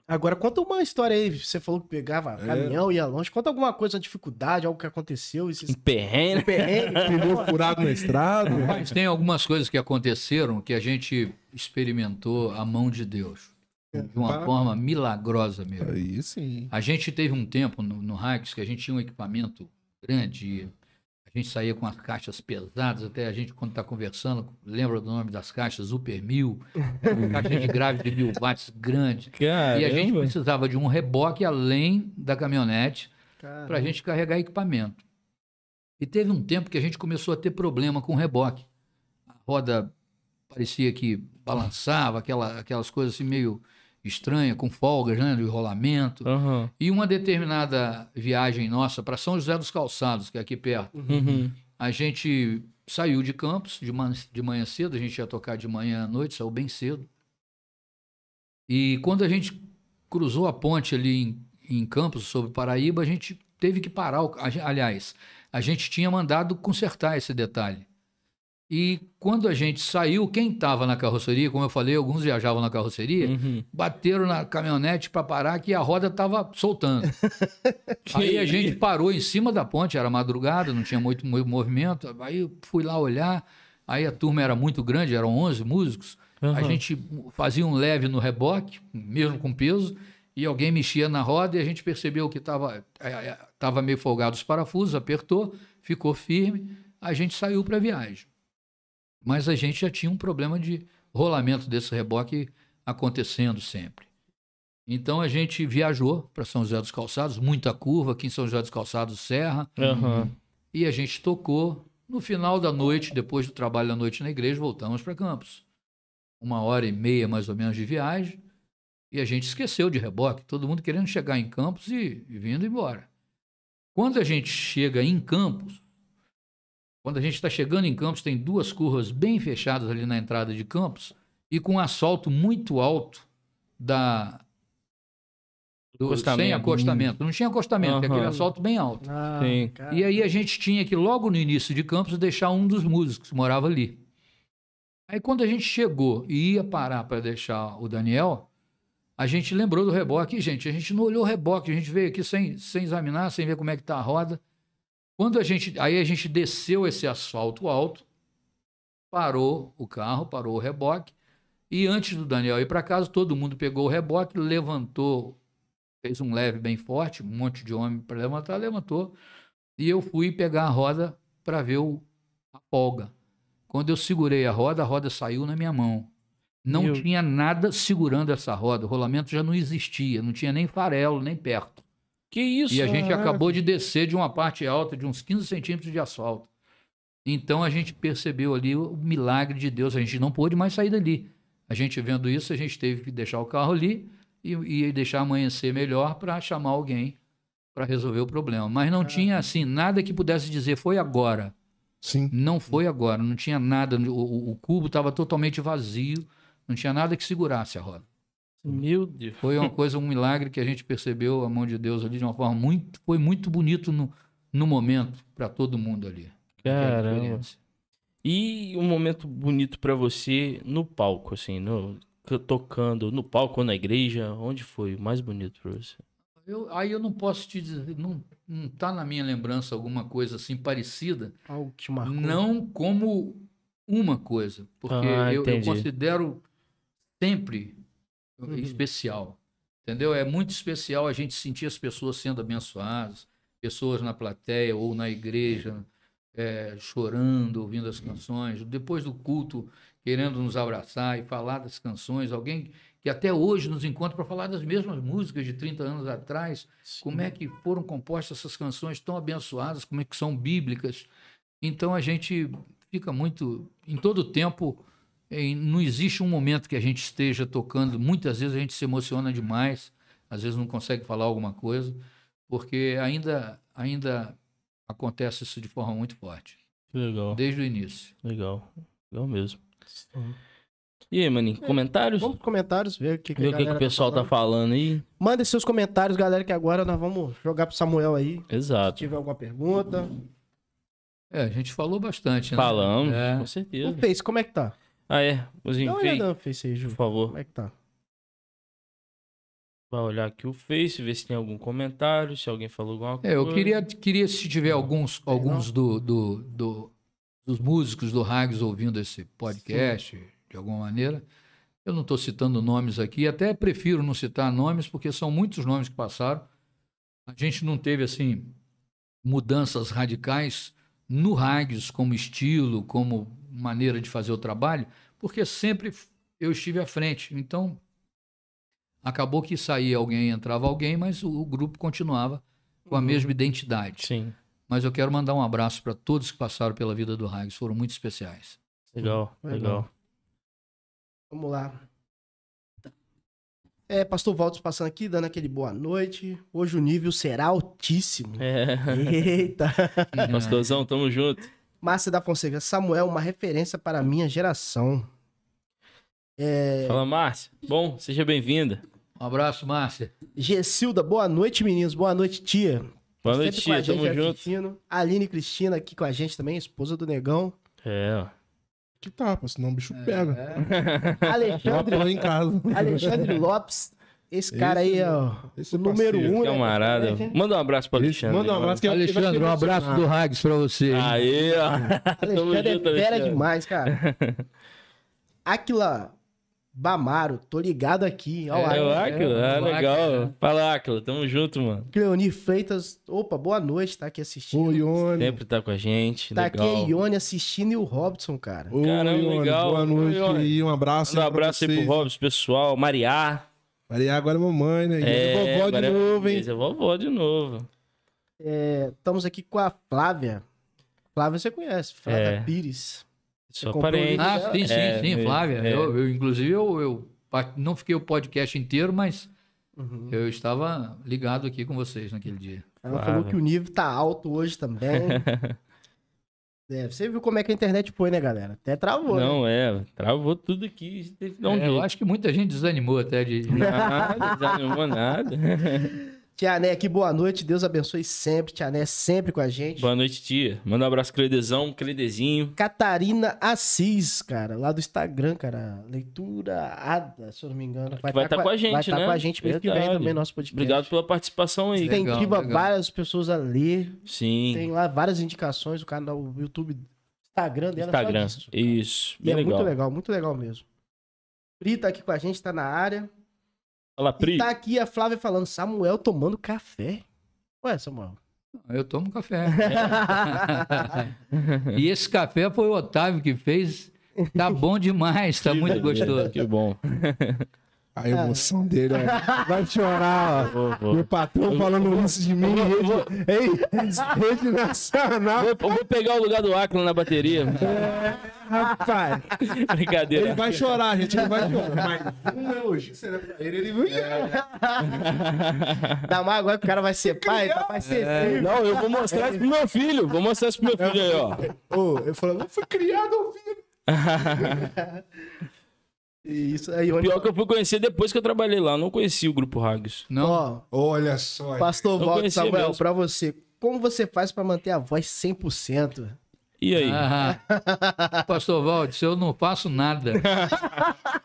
Speaker 2: agora conta uma história aí. Você falou que pegava
Speaker 1: É.
Speaker 2: caminhão, ia longe. Conta alguma coisa, uma dificuldade, algo que aconteceu. Esses
Speaker 1: Um perrengue.
Speaker 2: perrengues.
Speaker 5: Pneu furado na estrada.
Speaker 3: Mas tem algumas coisas que aconteceram que a gente experimentou a mão de Deus. De uma forma milagrosa mesmo.
Speaker 5: Aí sim.
Speaker 3: A gente teve um tempo no, no Hacks que a gente tinha um equipamento grande. e A gente saía com as caixas pesadas, até a gente, quando está conversando, lembra do nome das caixas, Super Mil, caixa de grave de mil watts grande.
Speaker 1: Cara,
Speaker 3: E a gente precisava de um reboque além da caminhonete para
Speaker 2: Uhum.
Speaker 3: a gente carregar equipamento. E teve um tempo que a gente começou a ter problema com o reboque. A roda parecia que balançava, aquela, aquelas coisas assim meio estranhas, com folgas, né, do enrolamento.
Speaker 1: Aham.
Speaker 3: E uma determinada viagem nossa para São José dos Calçados, que é aqui perto,
Speaker 1: Uhum.
Speaker 3: a gente saiu de Campos de, man- de manhã cedo, a gente ia tocar de manhã à noite, saiu bem cedo. E quando a gente cruzou a ponte ali em, em Campos, sobre Paraíba, a gente teve que parar. o- a gen- aliás, a gente tinha mandado consertar esse detalhe. E quando a gente saiu, quem estava na carroceria, como eu falei, alguns viajavam na carroceria,
Speaker 1: Uhum.
Speaker 3: bateram na caminhonete para parar que a roda estava soltando. aí a
Speaker 1: Que
Speaker 3: gente parou em cima da ponte, era madrugada, não tinha muito mo- movimento. Aí eu fui lá olhar, aí a turma era muito grande, eram 11 músicos. A
Speaker 1: Aham.
Speaker 3: gente fazia um leve no reboque, mesmo com peso, e alguém mexia na roda e a gente percebeu que estava tava meio folgado os parafusos, apertou, ficou firme, a gente saiu para a viagem. Mas a gente já tinha um problema de rolamento desse reboque acontecendo sempre. Então a gente viajou para São José dos Calçados, muita curva, aqui em São José dos Calçados, Serra,
Speaker 1: Aham.
Speaker 3: e a gente tocou No final da noite, depois do trabalho da noite na igreja, voltamos para Campos. Uma hora e meia, mais ou menos, de viagem. E a gente esqueceu de reboque, todo mundo querendo chegar em Campos e, e vindo embora. Quando a gente chega em Campos, quando a gente está chegando em Campos, tem duas curvas bem fechadas ali na entrada de Campos e com um asfalto muito alto da do, sem
Speaker 1: Acostamento.
Speaker 3: acostamento. Não tinha acostamento, é aquele
Speaker 1: Aham.
Speaker 3: asfalto bem alto.
Speaker 2: Ah,
Speaker 1: Sim.
Speaker 2: cara.
Speaker 3: E aí a gente tinha que, logo no início de Campos, deixar um dos músicos que morava ali. Aí quando a gente chegou e ia parar para deixar o Daniel, a gente lembrou do reboque. E, gente, a gente não olhou o reboque, a gente veio aqui sem, sem examinar, sem ver como é que tá a roda. Quando a gente, aí a gente desceu esse asfalto alto, parou o carro, parou o reboque. E antes do Daniel ir para casa, todo mundo pegou o reboque, levantou, fez um leve bem forte, um monte de homem para levantar, levantou. E eu fui pegar a roda para ver o- a folga. Quando eu segurei a roda, a roda saiu na minha mão. Não
Speaker 1: Meu.
Speaker 3: tinha nada segurando essa roda. O rolamento já não existia, não tinha nem farelo, nem perto.
Speaker 1: Que isso?
Speaker 3: E a gente é-
Speaker 1: Caraca.
Speaker 3: acabou de descer de uma parte alta, de uns 15 centímetros de asfalto. Então a gente percebeu ali o milagre de Deus. A gente não pôde mais sair dali. A gente vendo isso, a gente teve que deixar o carro ali e, e deixar amanhecer melhor para chamar alguém para resolver o problema. Mas não tinha assim nada que pudesse dizer foi agora.
Speaker 4: Sim.
Speaker 3: Não foi agora. Não tinha nada. O, o- o cubo estava totalmente vazio. Não tinha nada que segurasse a roda.
Speaker 1: Meu Deus.
Speaker 3: Foi uma coisa, um milagre que a gente percebeu a mão de Deus ali de uma forma muito, foi muito bonito no, no momento para todo mundo ali. Aquela
Speaker 1: Caramba.
Speaker 3: experiência.
Speaker 1: E um momento bonito pra você no palco, assim, no to- tocando no palco ou na igreja, onde foi o mais bonito pra você?
Speaker 3: Eu- aí eu não posso te dizer, não, não tá na minha lembrança alguma coisa assim parecida,
Speaker 2: Algo que te marcou.
Speaker 3: não como uma coisa, porque
Speaker 1: Ah,
Speaker 3: eu, eu
Speaker 1: entendi.
Speaker 3: considero sempre
Speaker 2: Uhum.
Speaker 3: especial, entendeu? É muito especial a gente sentir as pessoas sendo abençoadas, pessoas na plateia ou na igreja eh, chorando, ouvindo as canções, depois do culto querendo nos abraçar e falar das canções, alguém que até hoje nos encontra para falar das mesmas músicas de 30 anos atrás, como é que foram compostas essas canções tão abençoadas, como é que são bíblicas. Então a gente fica muito, em todo o tempo, em- não existe um momento que a gente esteja tocando, muitas vezes a gente se emociona demais, às vezes não consegue falar alguma coisa, porque ainda, ainda acontece isso de forma muito forte,
Speaker 1: Que legal,
Speaker 3: desde o início.
Speaker 1: legal, legal mesmo. E aí, maninho, comentários?
Speaker 2: Uhum. Vamos pros comentários, ver o que, que a
Speaker 1: Ver o que, que
Speaker 2: galera
Speaker 1: o pessoal tá
Speaker 2: falando.
Speaker 1: falando aí.
Speaker 2: Mandem seus comentários, galera, que agora nós vamos jogar pro Samuel aí. Se
Speaker 1: Exato.
Speaker 2: tiver alguma pergunta.
Speaker 3: É, a gente falou bastante, né?
Speaker 1: Falamos,
Speaker 3: É.
Speaker 1: com
Speaker 2: O
Speaker 1: certeza.
Speaker 2: Face, como é que tá?
Speaker 1: Ah, é. Os
Speaker 2: Dá uma
Speaker 1: enfeites,
Speaker 2: olhada no Face aí,
Speaker 1: por
Speaker 2: Ju.
Speaker 1: favor.
Speaker 2: Como é que tá?
Speaker 1: Vai olhar aqui o Face, ver se tem algum comentário, se alguém falou alguma coisa.
Speaker 3: É, eu queria, queria se tiver alguns, alguns do, do, do- dos músicos do Rags ouvindo esse podcast, de alguma maneira. Eu não estou citando nomes aqui, até prefiro não citar nomes, porque são muitos nomes que passaram. A gente não teve, assim, mudanças radicais no Rags como estilo, como maneira de fazer o trabalho, porque sempre eu estive à frente. Então, acabou que saía alguém, entrava alguém, mas o, o grupo continuava com a mesma identidade.
Speaker 1: Sim,
Speaker 3: Mas eu quero mandar um abraço para todos que passaram pela vida do Rags, foram muito especiais.
Speaker 1: legal,
Speaker 2: Legal.
Speaker 1: legal.
Speaker 2: Vamos lá. É, Pastor Valdos passando aqui, dando aquele boa noite. Hoje o nível será
Speaker 1: *laughs*
Speaker 2: altíssimo.
Speaker 1: É.
Speaker 2: Eita.
Speaker 1: Pastorzão, tamo junto.
Speaker 2: Márcia da Fonseca, Samuel, uma referência para a minha geração.
Speaker 3: É.
Speaker 1: Fala, Márcia. Bom, seja bem-vinda.
Speaker 3: Um abraço, Márcia.
Speaker 2: Gessilda, boa noite, meninos. Boa noite, tia.
Speaker 1: Boa noite, tia. Tamo junto.
Speaker 2: junto. Aline Cristina aqui com a gente também, esposa do Negão.
Speaker 1: É,
Speaker 3: *laughs*
Speaker 1: ó.
Speaker 4: Que tapa, senão o bicho pega.
Speaker 1: *laughs*
Speaker 4: Já
Speaker 2: Alexandre,
Speaker 4: põe em casa.
Speaker 2: Alexandre Lopes. Esse cara aí, ó.
Speaker 4: Esse
Speaker 2: o número
Speaker 4: parceiro.
Speaker 2: um. né,
Speaker 1: Camarada.
Speaker 2: praticamente.
Speaker 1: Manda um abraço pro é Alexandre.
Speaker 4: Manda um
Speaker 1: mano.
Speaker 4: abraço que ele vai
Speaker 3: Alexandre,
Speaker 4: te
Speaker 3: um abraço do
Speaker 4: emocionar.
Speaker 3: Rags para você. hein?
Speaker 1: Aí, ó. Tamo
Speaker 2: Alexandre é
Speaker 1: junto,
Speaker 2: fera
Speaker 1: Alexandre. *laughs*
Speaker 2: demais, cara. Aquila Bamaro, tô ligado aqui. Ó,
Speaker 1: É
Speaker 3: É,
Speaker 1: o
Speaker 2: Aquila.
Speaker 1: Áquila?
Speaker 3: É,
Speaker 1: Ah,
Speaker 3: o Áquila.
Speaker 1: legal. Fala, Áquila. Tamo junto, mano.
Speaker 2: Cleonir Freitas. Opa, boa noite, tá aqui assistindo.
Speaker 4: Ô, Ione.
Speaker 1: Sempre tá com a gente.
Speaker 2: tá aqui a
Speaker 1: legal.
Speaker 2: Ione assistindo e o Robson, cara.
Speaker 4: Ô,
Speaker 1: Caramba,
Speaker 4: Ione,
Speaker 1: legal.
Speaker 4: Boa noite
Speaker 1: Ô, Ione.
Speaker 4: aí, um abraço.
Speaker 1: Manda um abraço aí pro Robson, pessoal. Mariá.
Speaker 4: Maria, agora é mamãe, né?
Speaker 1: É,
Speaker 4: É, vovó
Speaker 1: agora é-
Speaker 4: de novo, hein?
Speaker 1: Esse é vovó de novo.
Speaker 2: Estamos aqui com a Flávia. Flávia você conhece, Flávia
Speaker 1: É.
Speaker 2: Pires.
Speaker 1: Só
Speaker 2: comprou
Speaker 1: parei.
Speaker 2: ele?
Speaker 3: Ah,
Speaker 2: É,
Speaker 3: sim, sim,
Speaker 1: é,
Speaker 3: sim,
Speaker 1: é,
Speaker 3: Flávia.
Speaker 1: é.
Speaker 3: Eu, eu, inclusive, eu, eu pa- não fiquei o podcast inteiro, mas
Speaker 2: Uhum.
Speaker 3: eu estava ligado aqui com vocês naquele dia.
Speaker 2: Ela
Speaker 1: Flávia.
Speaker 2: falou que o nível tá alto
Speaker 1: *laughs*
Speaker 2: hoje também. é, você viu como é que a internet foi, né, galera? Até travou. né?
Speaker 1: Não, é, travou tudo aqui. Teve que dar um
Speaker 3: É,
Speaker 1: jeito.
Speaker 3: eu acho que muita gente desanimou até de.
Speaker 1: Nada, desanimou
Speaker 2: *laughs*
Speaker 1: nada.
Speaker 2: Tia Né, que boa noite. Deus abençoe sempre. Tia Né, sempre com a gente.
Speaker 1: Boa noite, tia. Manda um abraço, Cledezão, Cledezinho.
Speaker 2: Catarina Assis, cara, lá do Instagram, cara. Leitura Ada, se eu não me engano.
Speaker 1: Que vai
Speaker 2: tá
Speaker 1: estar com a gente,
Speaker 2: vai
Speaker 1: né?
Speaker 2: Vai estar com a gente mês que vem
Speaker 1: Verdade.
Speaker 2: também, nosso podcast.
Speaker 1: Obrigado pela participação aí.
Speaker 3: Sim. Legal,
Speaker 2: Incentiva
Speaker 3: legal.
Speaker 2: várias pessoas a ler.
Speaker 1: Sim.
Speaker 2: Tem lá várias indicações, o canal, o YouTube, Instagram dela. só
Speaker 1: Instagram.
Speaker 2: disso.
Speaker 1: Isso.
Speaker 2: E
Speaker 1: Bem
Speaker 2: é
Speaker 1: legal.
Speaker 2: muito legal, muito legal mesmo. Pri tá aqui com a gente, tá na área.
Speaker 1: Fala, Pri.
Speaker 2: E tá aqui a Flávia falando, Samuel tomando café. Ué, Samuel.
Speaker 3: Eu tomo café.
Speaker 1: É.
Speaker 2: *laughs*
Speaker 3: e esse café foi o Otávio que fez. Tá bom demais, tá
Speaker 2: né?
Speaker 3: muito gostoso.
Speaker 1: Que bom.
Speaker 5: A emoção dele, ó. Vai chorar, ó.
Speaker 1: Vou, vou.
Speaker 5: Meu patrão falando isso de mim. Rede, ei, rede nacional.
Speaker 1: Vou- vou pegar o lugar do Aclan na
Speaker 2: *laughs*
Speaker 1: bateria.
Speaker 5: Rapaz,
Speaker 1: Brincadeira.
Speaker 4: Ele vai chorar, gente. Ele vai chorar. É.
Speaker 5: um elogio será pra ele, ele vai.
Speaker 2: Dá mais agora que o cara vai ser
Speaker 1: *laughs*
Speaker 2: pai, tá- vai ser filho.
Speaker 1: Não, eu vou mostrar isso pro meu filho. Vou mostrar isso pro meu filho aí, ó.
Speaker 5: Ô, eu falando, foi criado
Speaker 4: um
Speaker 5: ao filho.
Speaker 3: É.
Speaker 2: Isso é aí, onde...
Speaker 1: Pior é que eu fui conhecer depois que eu trabalhei lá. Eu não conhecia o grupo Hags.
Speaker 3: Não,
Speaker 2: Ó,
Speaker 5: Olha só.
Speaker 2: Pastor
Speaker 1: Eu
Speaker 2: Walter
Speaker 1: conheci
Speaker 2: Samuel,
Speaker 1: mesmo.
Speaker 2: pra você, como você faz pra manter a voz 100%?
Speaker 1: E aí?
Speaker 3: Ah, Pastor Valdes, eu não faço nada.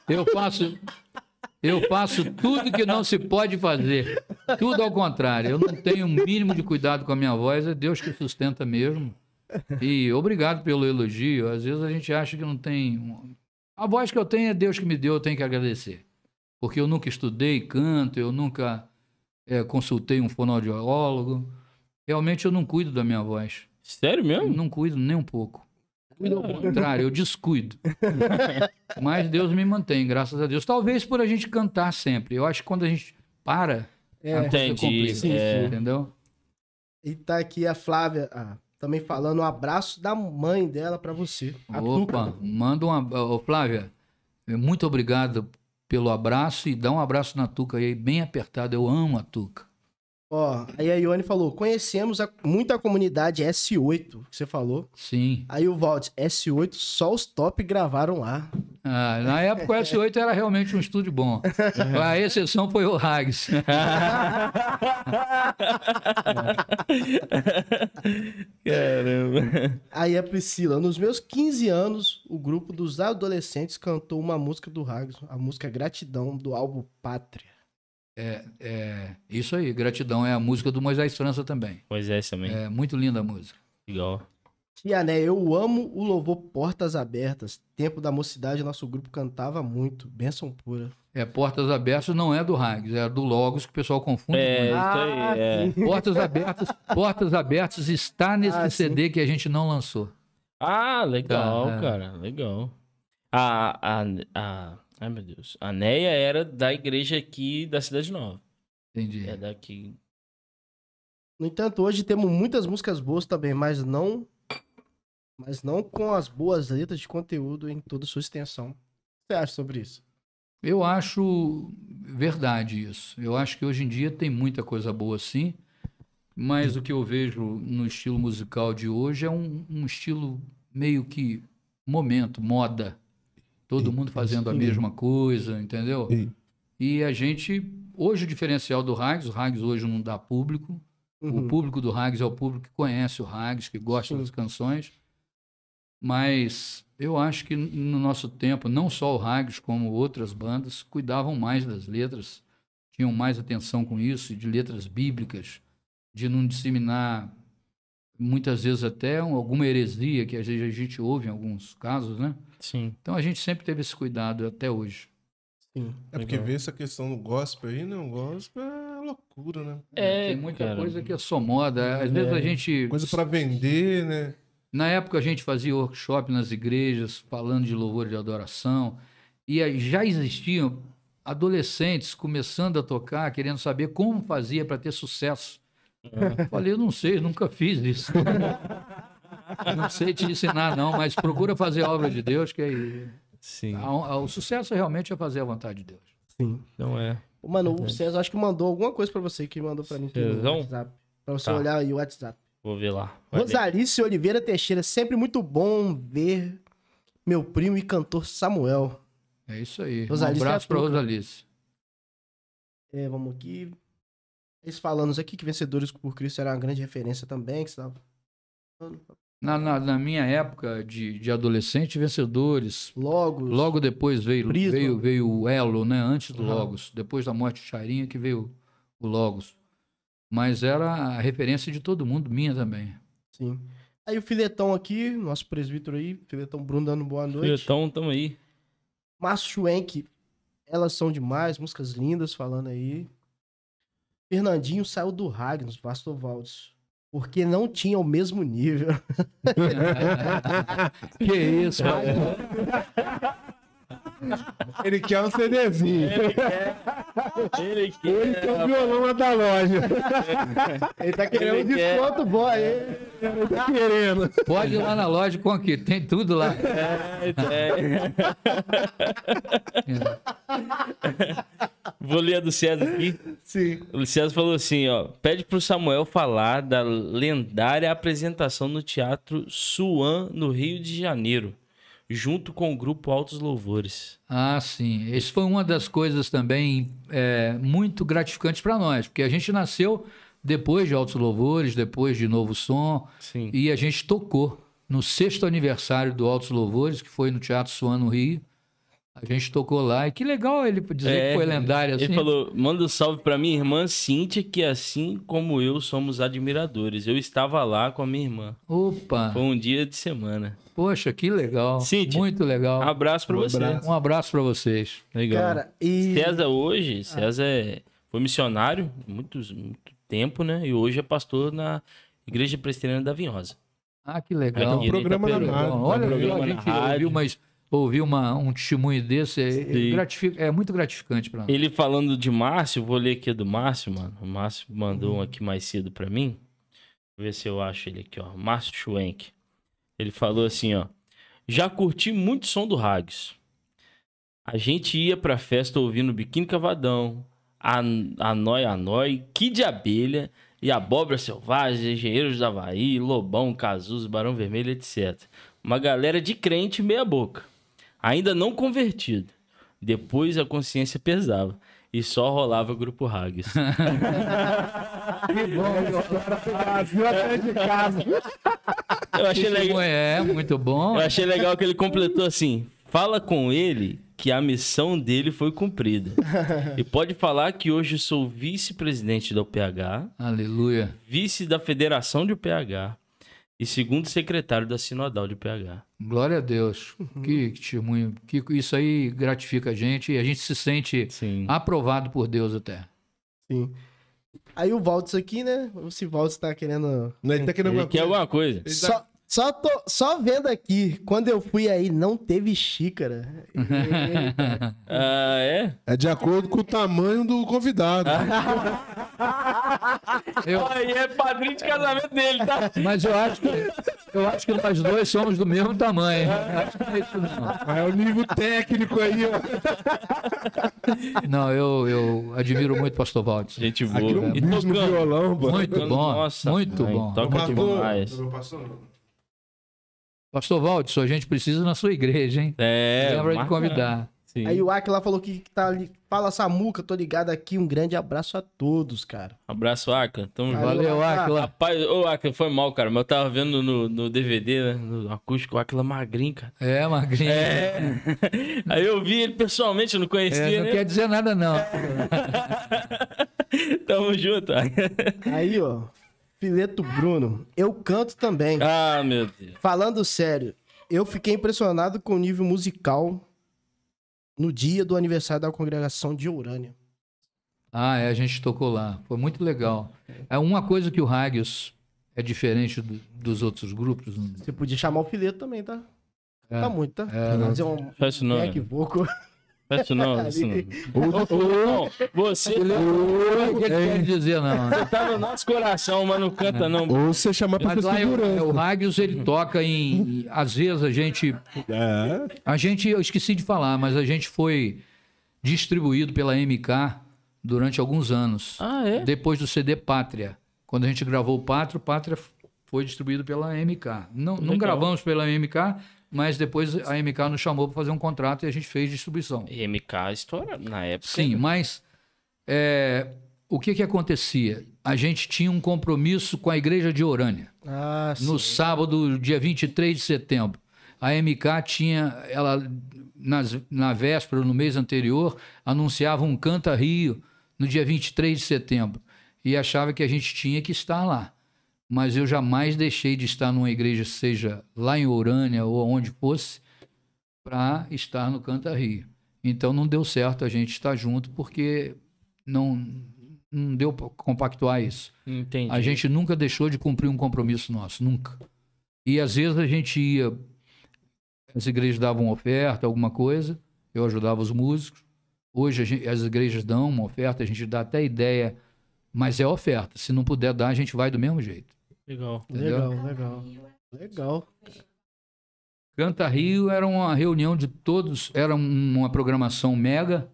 Speaker 3: Eu faço, eu faço tudo que não se pode fazer. Tudo ao contrário. Eu não tenho o mínimo de cuidado com a minha voz, é Deus que sustenta mesmo. E obrigado pelo elogio. Às vezes a gente acha que não tem. um- A voz que eu tenho é Deus que me deu, eu tenho que agradecer. Porque eu nunca estudei canto, eu nunca eh, consultei um fonoaudiólogo. Realmente eu não cuido da minha voz.
Speaker 1: Sério
Speaker 3: Eu
Speaker 1: mesmo?
Speaker 3: não cuido nem um pouco.
Speaker 2: É.
Speaker 3: Cuido ao contrário,
Speaker 2: *laughs*
Speaker 3: eu descuido. Mas Deus me mantém, graças a Deus. Talvez por a gente cantar sempre. Eu acho que quando a gente para,
Speaker 2: É.
Speaker 3: a coisa
Speaker 1: Entendi,
Speaker 3: complica,
Speaker 1: sim, sim.
Speaker 3: entendeu?
Speaker 2: E tá aqui a Flávia ah, também falando um abraço da mãe dela pra você. A
Speaker 3: Opa,
Speaker 2: Tuca.
Speaker 3: manda uma. Ô, Flávia, muito obrigado pelo abraço e dá um abraço na Tuca aí, bem apertado. Eu amo a Tuca.
Speaker 2: Ó, aí a Ione falou, conhecemos a- muito a comunidade S8, que você falou.
Speaker 3: Sim.
Speaker 2: Aí o Walt, S8, só os top gravaram lá.
Speaker 3: Ah, na época o S8 era realmente um estúdio bom. A exceção foi o Hags. *laughs*
Speaker 1: Caramba.
Speaker 2: Aí a Priscila, nos meus 15 anos, o grupo dos adolescentes cantou uma música do Rags, a música Gratidão, do álbum Pátria.
Speaker 3: É, isso aí, gratidão. É a música do Moisés França também.
Speaker 1: Pois é, isso também.
Speaker 3: É muito linda a música.
Speaker 1: Legal.
Speaker 2: Tia Né, eu amo o louvor Portas Abertas. Tempo da mocidade, nosso grupo cantava muito. Benção pura.
Speaker 3: É, Portas Abertas não é do Hags, é do Logos, que o pessoal confunde.
Speaker 1: É, isso
Speaker 3: muito.
Speaker 1: aí. É.
Speaker 3: Portas Abertas, Portas Abertas está nesse
Speaker 2: Ah, sim.
Speaker 3: CD que a gente não lançou.
Speaker 1: Ah, legal,
Speaker 3: Tá, é.
Speaker 1: cara. Legal. A, a, a... Ai, meu Deus. A Neia era da igreja aqui da Cidade Nova.
Speaker 3: Entendi.
Speaker 1: É daqui.
Speaker 2: No entanto, hoje temos muitas músicas boas também, mas não mas não com as boas letras de conteúdo em toda sua extensão. O que você acha sobre isso?
Speaker 3: Eu acho verdade isso. Eu acho que hoje em dia tem muita coisa boa sim, mas o que eu vejo no estilo musical de hoje é um, um estilo meio que momento, moda. Todo mundo fazendo a mesma coisa, entendeu?
Speaker 5: Sim.
Speaker 3: E a gente. Hoje o diferencial do Rags, o Rags hoje não dá público. O
Speaker 2: Uhum.
Speaker 3: público do Rags é o público que conhece o Rags, que gosta
Speaker 2: Sim.
Speaker 3: das canções. Mas eu acho que no nosso tempo, não só o Rags, como outras bandas, cuidavam mais das letras, tinham mais atenção com isso, de letras bíblicas, de não disseminar muitas vezes até um- alguma heresia que às vezes a gente ouve em alguns casos, né?
Speaker 1: Sim.
Speaker 3: Então a gente sempre teve esse cuidado até hoje.
Speaker 2: Sim.
Speaker 4: É
Speaker 1: Uhum.
Speaker 4: porque vê essa questão do gospel aí, né? O gospel é loucura, né?
Speaker 1: É,
Speaker 3: Tem muita
Speaker 1: cara.
Speaker 3: coisa que é só moda. Às vezes a gente
Speaker 4: Coisa pra vender, né?
Speaker 3: Na época a gente fazia workshop nas igrejas, falando de louvor e de adoração, e aí já existiam adolescentes começando a tocar, querendo saber como fazia para ter sucesso. Falei, eu não sei, eu nunca fiz isso. *laughs* Não sei te ensinar, não, mas procura fazer a obra de Deus, que aí.
Speaker 1: Sim.
Speaker 3: a- a- o sucesso realmente é fazer a vontade de Deus.
Speaker 2: Sim.
Speaker 1: Não é.
Speaker 2: Ô, Mano, o
Speaker 1: Verdade.
Speaker 2: César acho que mandou alguma coisa pra você que mandou pra mim aqui no
Speaker 1: Cezão?
Speaker 2: WhatsApp. Pra você
Speaker 1: Tá.
Speaker 2: olhar aí o WhatsApp.
Speaker 1: Vou ver lá. Vai ver.
Speaker 2: Rosalice Oliveira Teixeira, sempre muito bom ver meu primo e cantor Samuel.
Speaker 3: É isso aí.
Speaker 2: Rosalice
Speaker 3: um abraço
Speaker 2: é
Speaker 3: para
Speaker 2: tudo.
Speaker 3: Rosalice.
Speaker 2: É, vamos aqui. Eles falando aqui que Vencedores por Cristo era uma grande referência também, que você tava falando.
Speaker 3: Na, na, na minha época de, de adolescente, vencedores.
Speaker 2: Logo.
Speaker 3: Logo depois veio,
Speaker 2: Prisma.
Speaker 3: veio, veio o Elo, né? Antes do
Speaker 2: Aham.
Speaker 3: Logos. Depois da morte de Chairinha que veio o Logos. Mas era a referência de todo mundo, minha também.
Speaker 2: Sim. Aí o Filetão aqui, nosso presbítero aí, Filetão Bruno dando boa noite.
Speaker 1: Então, tamo aí.
Speaker 2: Márcio Schwenk, elas são demais, músicas lindas falando aí. Fernandinho saiu do Ragnos, Pastor Valdes, porque não tinha o mesmo nível.
Speaker 3: que isso, cara.
Speaker 5: Ele quer um CDzinho.
Speaker 1: É. Ele
Speaker 5: Ele quer o violão lá da loja.
Speaker 2: Ele tá querendo um desconto bom aí.
Speaker 5: Ele tá querendo.
Speaker 3: Pode ir lá na loja com aqui, tem tudo lá.
Speaker 1: É. Vou ler a do César aqui.
Speaker 2: *laughs* Sim.
Speaker 1: O César falou assim, ó. Pede pro Samuel falar da lendária apresentação no Teatro Suan, no Rio de Janeiro. Junto com o grupo Altos Louvores.
Speaker 3: Ah, sim. Isso foi uma das coisas também é, muito gratificantes para nós, porque a gente nasceu depois de Altos Louvores, depois de Novo Som,
Speaker 1: Sim.
Speaker 3: e a gente tocou no sexto aniversário do Altos Louvores, que foi no Teatro Suan, no Rio. A gente tocou lá. E que legal ele dizer
Speaker 1: É,
Speaker 3: que foi lendário assim.
Speaker 1: Ele falou: manda um salve pra minha irmã Cíntia, que assim como eu somos admiradores. Eu estava lá com a minha irmã.
Speaker 3: Opa,
Speaker 1: Foi um dia de semana.
Speaker 3: poxa, que legal.
Speaker 1: Cíntia,
Speaker 3: muito legal.
Speaker 1: Abraço pra
Speaker 4: Um
Speaker 1: você.
Speaker 4: abraço.
Speaker 3: Um abraço para vocês.
Speaker 1: Legal.
Speaker 2: Cara, e.
Speaker 1: César hoje, César é- foi missionário muitos, muito tempo, né? E hoje é pastor na Igreja Presbiteriana da Vinhosa.
Speaker 3: Ah, que
Speaker 1: Aí
Speaker 3: legal.
Speaker 1: no
Speaker 4: programa
Speaker 1: Direita
Speaker 4: da
Speaker 1: Pereira.
Speaker 4: rádio.
Speaker 3: Olha,
Speaker 4: no
Speaker 3: viu,
Speaker 1: programa
Speaker 3: a
Speaker 1: na
Speaker 3: gente
Speaker 1: rádio.
Speaker 3: ouviu, mas ouvir uma, um testemunho desse é- é,
Speaker 1: Sim.
Speaker 3: gratific- é muito gratificante para nós.
Speaker 1: Ele falando de Márcio, vou ler aqui do Márcio, mano. O Márcio mandou um aqui mais cedo pra mim. Vou ver se eu acho ele aqui, ó. Márcio Schwenk. Ele falou assim, ó. Já curti muito som do Rags. A gente ia pra festa ouvindo Biquíni Cavadão, An- Anói Anói, Kid Abelha e Abóbora Selvagem, Engenheiros da Havaí, Lobão, Cazuza, Barão Vermelho, etc. Uma galera de crente meia boca. Ainda não convertido. Depois a consciência pesava. E só rolava grupo Hags.
Speaker 5: Ah, Que bom, agora pro Brasil tá até de casa.
Speaker 1: Eu achei, legal,
Speaker 3: É, muito bom.
Speaker 1: eu achei legal que ele completou assim: fala com ele que a missão dele foi cumprida. E pode falar que hoje sou vice-presidente da UPH,
Speaker 3: Aleluia.
Speaker 1: vice da Federação de UPH e segundo secretário da Sinodal de UPH.
Speaker 3: Glória a Deus.
Speaker 5: Uhum.
Speaker 3: Que testemunho. Que, isso aí gratifica a gente e a gente se sente
Speaker 1: Sim.
Speaker 3: aprovado por Deus até.
Speaker 2: Sim. Aí o Valdes aqui, né? Se o Valdes tá querendo.
Speaker 4: Não, Ele tá querendo
Speaker 3: é
Speaker 1: Ele quer
Speaker 4: alguma coisa.
Speaker 1: alguma coisa.
Speaker 4: Ele tá-
Speaker 2: Só, só, tô- só vendo aqui, quando eu fui aí, não teve xícara.
Speaker 1: Uhum.
Speaker 2: Eita.
Speaker 1: Ah, é?
Speaker 4: É de acordo com o tamanho do convidado.
Speaker 1: Ah.
Speaker 3: Eu-
Speaker 1: Aí é padrinho de casamento dele, tá?
Speaker 3: *laughs* mas eu acho que eu acho que nós dois somos do mesmo tamanho. Acho que não é isso não.
Speaker 5: Aí o nível técnico aí, ó.
Speaker 3: Não, eu, eu admiro muito o Pastor
Speaker 1: *laughs*
Speaker 3: Valdes.
Speaker 1: Gente
Speaker 5: Aquele
Speaker 1: boa.
Speaker 5: um
Speaker 1: E
Speaker 5: bicho no
Speaker 1: tocando.
Speaker 5: violão, mano.
Speaker 3: Muito bom.
Speaker 1: Nossa,
Speaker 3: muito
Speaker 1: mãe,
Speaker 3: bom.
Speaker 1: Toca demais.
Speaker 3: Pastor Valdes, a gente precisa na sua igreja, hein?
Speaker 1: É,
Speaker 3: Lembra de
Speaker 1: marca-
Speaker 3: convidar.
Speaker 1: Sim.
Speaker 2: Aí o Aki lá falou que, que tá ali. Fala Samuca, tô ligado aqui. Um grande abraço a todos, cara.
Speaker 1: Um Abraço, Aca. Tamo junto.
Speaker 3: Valeu,
Speaker 2: Aquila.
Speaker 3: Aquila.
Speaker 1: Rapaz, ô Aquila, foi mal, cara. Mas eu tava vendo no, no DVD, né? No acústico, o Aquila magrinho, cara.
Speaker 3: É, magrinho.
Speaker 1: É. *laughs* Aí eu vi ele pessoalmente, eu não
Speaker 3: É,
Speaker 1: conhecia,
Speaker 3: não
Speaker 1: né?
Speaker 3: quer dizer nada, não. é
Speaker 1: *laughs* Tamo junto. Aca.
Speaker 2: Aí, ó. Fileto Bruno. Eu canto também.
Speaker 1: ah, meu Deus.
Speaker 2: Falando sério, eu fiquei impressionado com o nível musical no dia do aniversário da congregação de Urânia.
Speaker 3: Ah, é, a gente tocou lá. Foi muito legal. É uma coisa que o Hagios é diferente do- dos outros grupos.
Speaker 2: Você podia chamar o Fileto também, tá?
Speaker 3: É.
Speaker 2: Tá muito, tá? Fazer um
Speaker 1: Faz isso não. né?
Speaker 2: back vocal.
Speaker 1: Faz *laughs* isso não, faz isso não. Ô,
Speaker 5: O-
Speaker 1: Fulton, você
Speaker 3: é O que ele quer dizer,
Speaker 1: *laughs*
Speaker 3: não. né?
Speaker 1: tá no nosso coração, mas não canta não.
Speaker 5: Ou você chamar pra
Speaker 3: Mas lá é o, é o
Speaker 5: segurança.
Speaker 3: Hagios, ele toca em. em- Às vezes a gente.
Speaker 5: É.
Speaker 3: A gente, eu esqueci de falar, mas a gente foi distribuído pela MK durante alguns anos.
Speaker 1: Ah, é?
Speaker 3: Depois do CD Pátria. Quando a gente gravou o Pátria, o Pátria foi distribuído pela MK. Não, não
Speaker 1: Legal.
Speaker 3: gravamos pela MK, mas depois a MK nos chamou para fazer um contrato e a gente fez distribuição.
Speaker 1: E MK estoura na época.
Speaker 3: Sim, mas é, o que, que acontecia? A gente tinha um compromisso com a igreja de Orânia.
Speaker 2: Ah, sim.
Speaker 3: No sábado, dia 23 de setembro, a MK tinha, ela nas, na véspera, no mês anterior, anunciava um Canta Rio no dia 23 de setembro e achava que a gente tinha que estar lá. Mas eu jamais deixei de estar numa igreja, seja lá em Urânia ou onde fosse, para estar no Canta Rio. Então não deu certo a gente estar junto porque não, não deu para compactuar isso.
Speaker 1: Entendi.
Speaker 3: A gente nunca deixou de cumprir um compromisso nosso, nunca. E às vezes a gente ia, as igrejas davam oferta, alguma coisa, eu ajudava os músicos. Hoje a gen- as igrejas dão uma oferta, a gente dá até ideia, mas é oferta. Se não puder dar, a gente vai do mesmo jeito.
Speaker 1: Legal.
Speaker 2: Legal, legal. Legal.
Speaker 3: Canta Rio era uma reunião de todos, era um- uma programação mega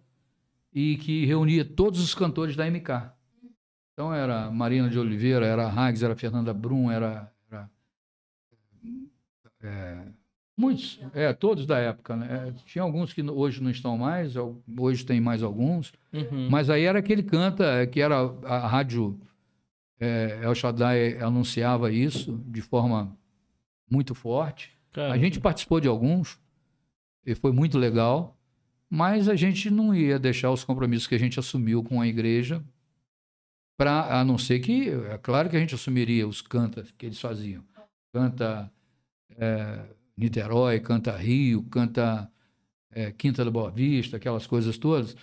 Speaker 3: e que reunia todos os cantores da MK. Então era Marina de Oliveira, era Hags, era Fernanda Brum, era. era, é, muitos, é, todos da época. Né? É, tinha alguns que no- hoje não estão mais, al- hoje tem mais alguns.
Speaker 1: Uhum.
Speaker 3: Mas aí era aquele canta, é, que era a a rádio é, El Shaddai anunciava isso de forma muito forte.
Speaker 1: Cara,
Speaker 3: A gente participou de alguns e foi muito legal, mas a gente não ia deixar os compromissos que a gente assumiu com a igreja para a não ser que é claro que a gente assumiria os cantas que eles faziam. Canta é, Niterói, canta Rio, canta é, Quinta da Boa Vista, aquelas coisas todas.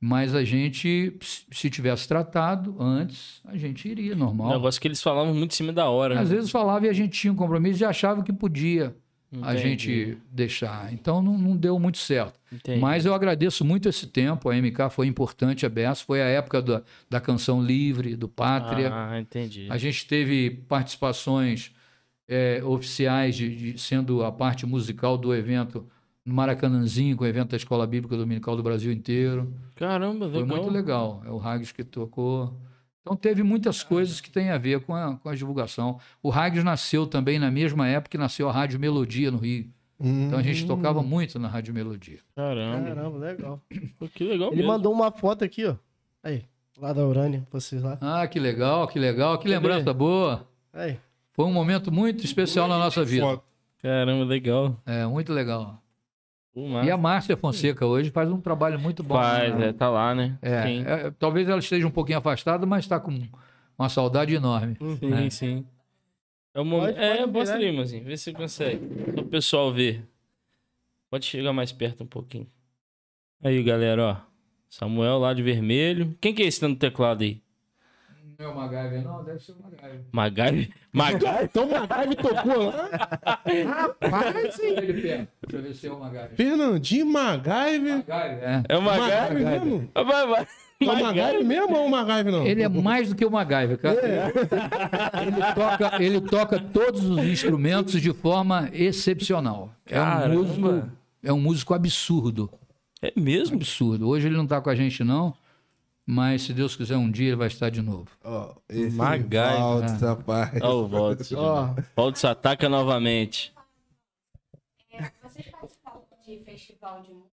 Speaker 3: Mas a gente, se- se tivesse tratado antes, a gente iria
Speaker 1: Um
Speaker 3: normal.
Speaker 1: negócio que eles falavam muito em cima da hora.
Speaker 3: Às
Speaker 1: né?
Speaker 3: vezes falava e a gente tinha um compromisso e achava que podia a
Speaker 1: Entendi,
Speaker 3: gente deixar. Então não, não deu muito certo.
Speaker 1: entendi.
Speaker 3: Mas eu agradeço muito esse tempo. A MK foi importante, a BS foi a época da, da canção livre, do Pátria.
Speaker 1: Ah, entendi.
Speaker 3: A gente teve participações é, oficiais, de, de- sendo a parte musical do evento no Maracanãzinho, com o evento da Escola Bíblica Dominical do Brasil inteiro.
Speaker 1: Caramba,
Speaker 3: Foi
Speaker 1: legal.
Speaker 3: muito legal. É o Hags que tocou. Então teve
Speaker 1: Ah,
Speaker 3: muitas coisas que têm a ver com a, com a divulgação. O Hags nasceu também na mesma época que nasceu a Rádio Melodia no Rio. Então a
Speaker 1: Hum.
Speaker 3: gente tocava muito na Rádio Melodia.
Speaker 1: Caramba,
Speaker 2: Caramba, legal.
Speaker 1: pô, que legal
Speaker 2: Ele
Speaker 1: mesmo.
Speaker 2: mandou uma foto aqui, ó. Aí, lá da Urânia, vocês lá.
Speaker 3: Ah, que legal, que legal, que lembrança boa.
Speaker 2: Aí.
Speaker 3: Foi um momento muito especial na nossa vida.
Speaker 4: Foto.
Speaker 1: Caramba, legal.
Speaker 3: É, muito legal.
Speaker 1: Pô,
Speaker 3: E
Speaker 1: massa.
Speaker 3: a Márcia Fonseca hoje faz um trabalho muito bom.
Speaker 1: Faz,
Speaker 3: né?
Speaker 1: é, tá lá, né?
Speaker 3: É,
Speaker 1: sim,
Speaker 3: é, talvez ela esteja um pouquinho afastada, mas está com uma saudade enorme.
Speaker 1: sim,
Speaker 3: é.
Speaker 1: sim. É, o momento...
Speaker 2: Pode- pode
Speaker 1: é mostra
Speaker 2: virar.
Speaker 1: aí, mozinho. Vê se consegue. Só o pessoal ver. Pode chegar mais perto um pouquinho. Aí, galera, ó. Samuel lá de vermelho. Quem que é esse no teclado aí?
Speaker 3: Não é o MacGyver, não? Deve ser o MacGyver.
Speaker 1: *laughs* Magaive? Magaive?
Speaker 5: Então uma live tocou lá.
Speaker 3: Ele perto. Deixa eu ver se é o MacGyver.
Speaker 4: Fernandinho MacGyver.
Speaker 3: MacGyver,
Speaker 1: É o Magaive?
Speaker 4: MacGyver mesmo?
Speaker 1: Vai, vai.
Speaker 4: É o MacGyver mesmo ou o MacGyver não?
Speaker 3: é. Ele é mais do que o MacGyver, cara. Ele, toca, ele toca todos os instrumentos de forma excepcional. É um,
Speaker 1: Caramba.
Speaker 3: músico, é um músico absurdo.
Speaker 1: É
Speaker 3: *laughs*
Speaker 1: mesmo?
Speaker 3: Absurdo. Hoje ele não está com a gente, não. Mas se Deus quiser, um dia ele vai estar de novo.
Speaker 5: Ó,
Speaker 4: é
Speaker 5: esse
Speaker 1: Magai,
Speaker 5: Valdes, rapaz.
Speaker 1: Ó, o Valdes.
Speaker 2: Ó,
Speaker 1: Valdes ataca novamente.
Speaker 6: É, vocês participam de festival de música?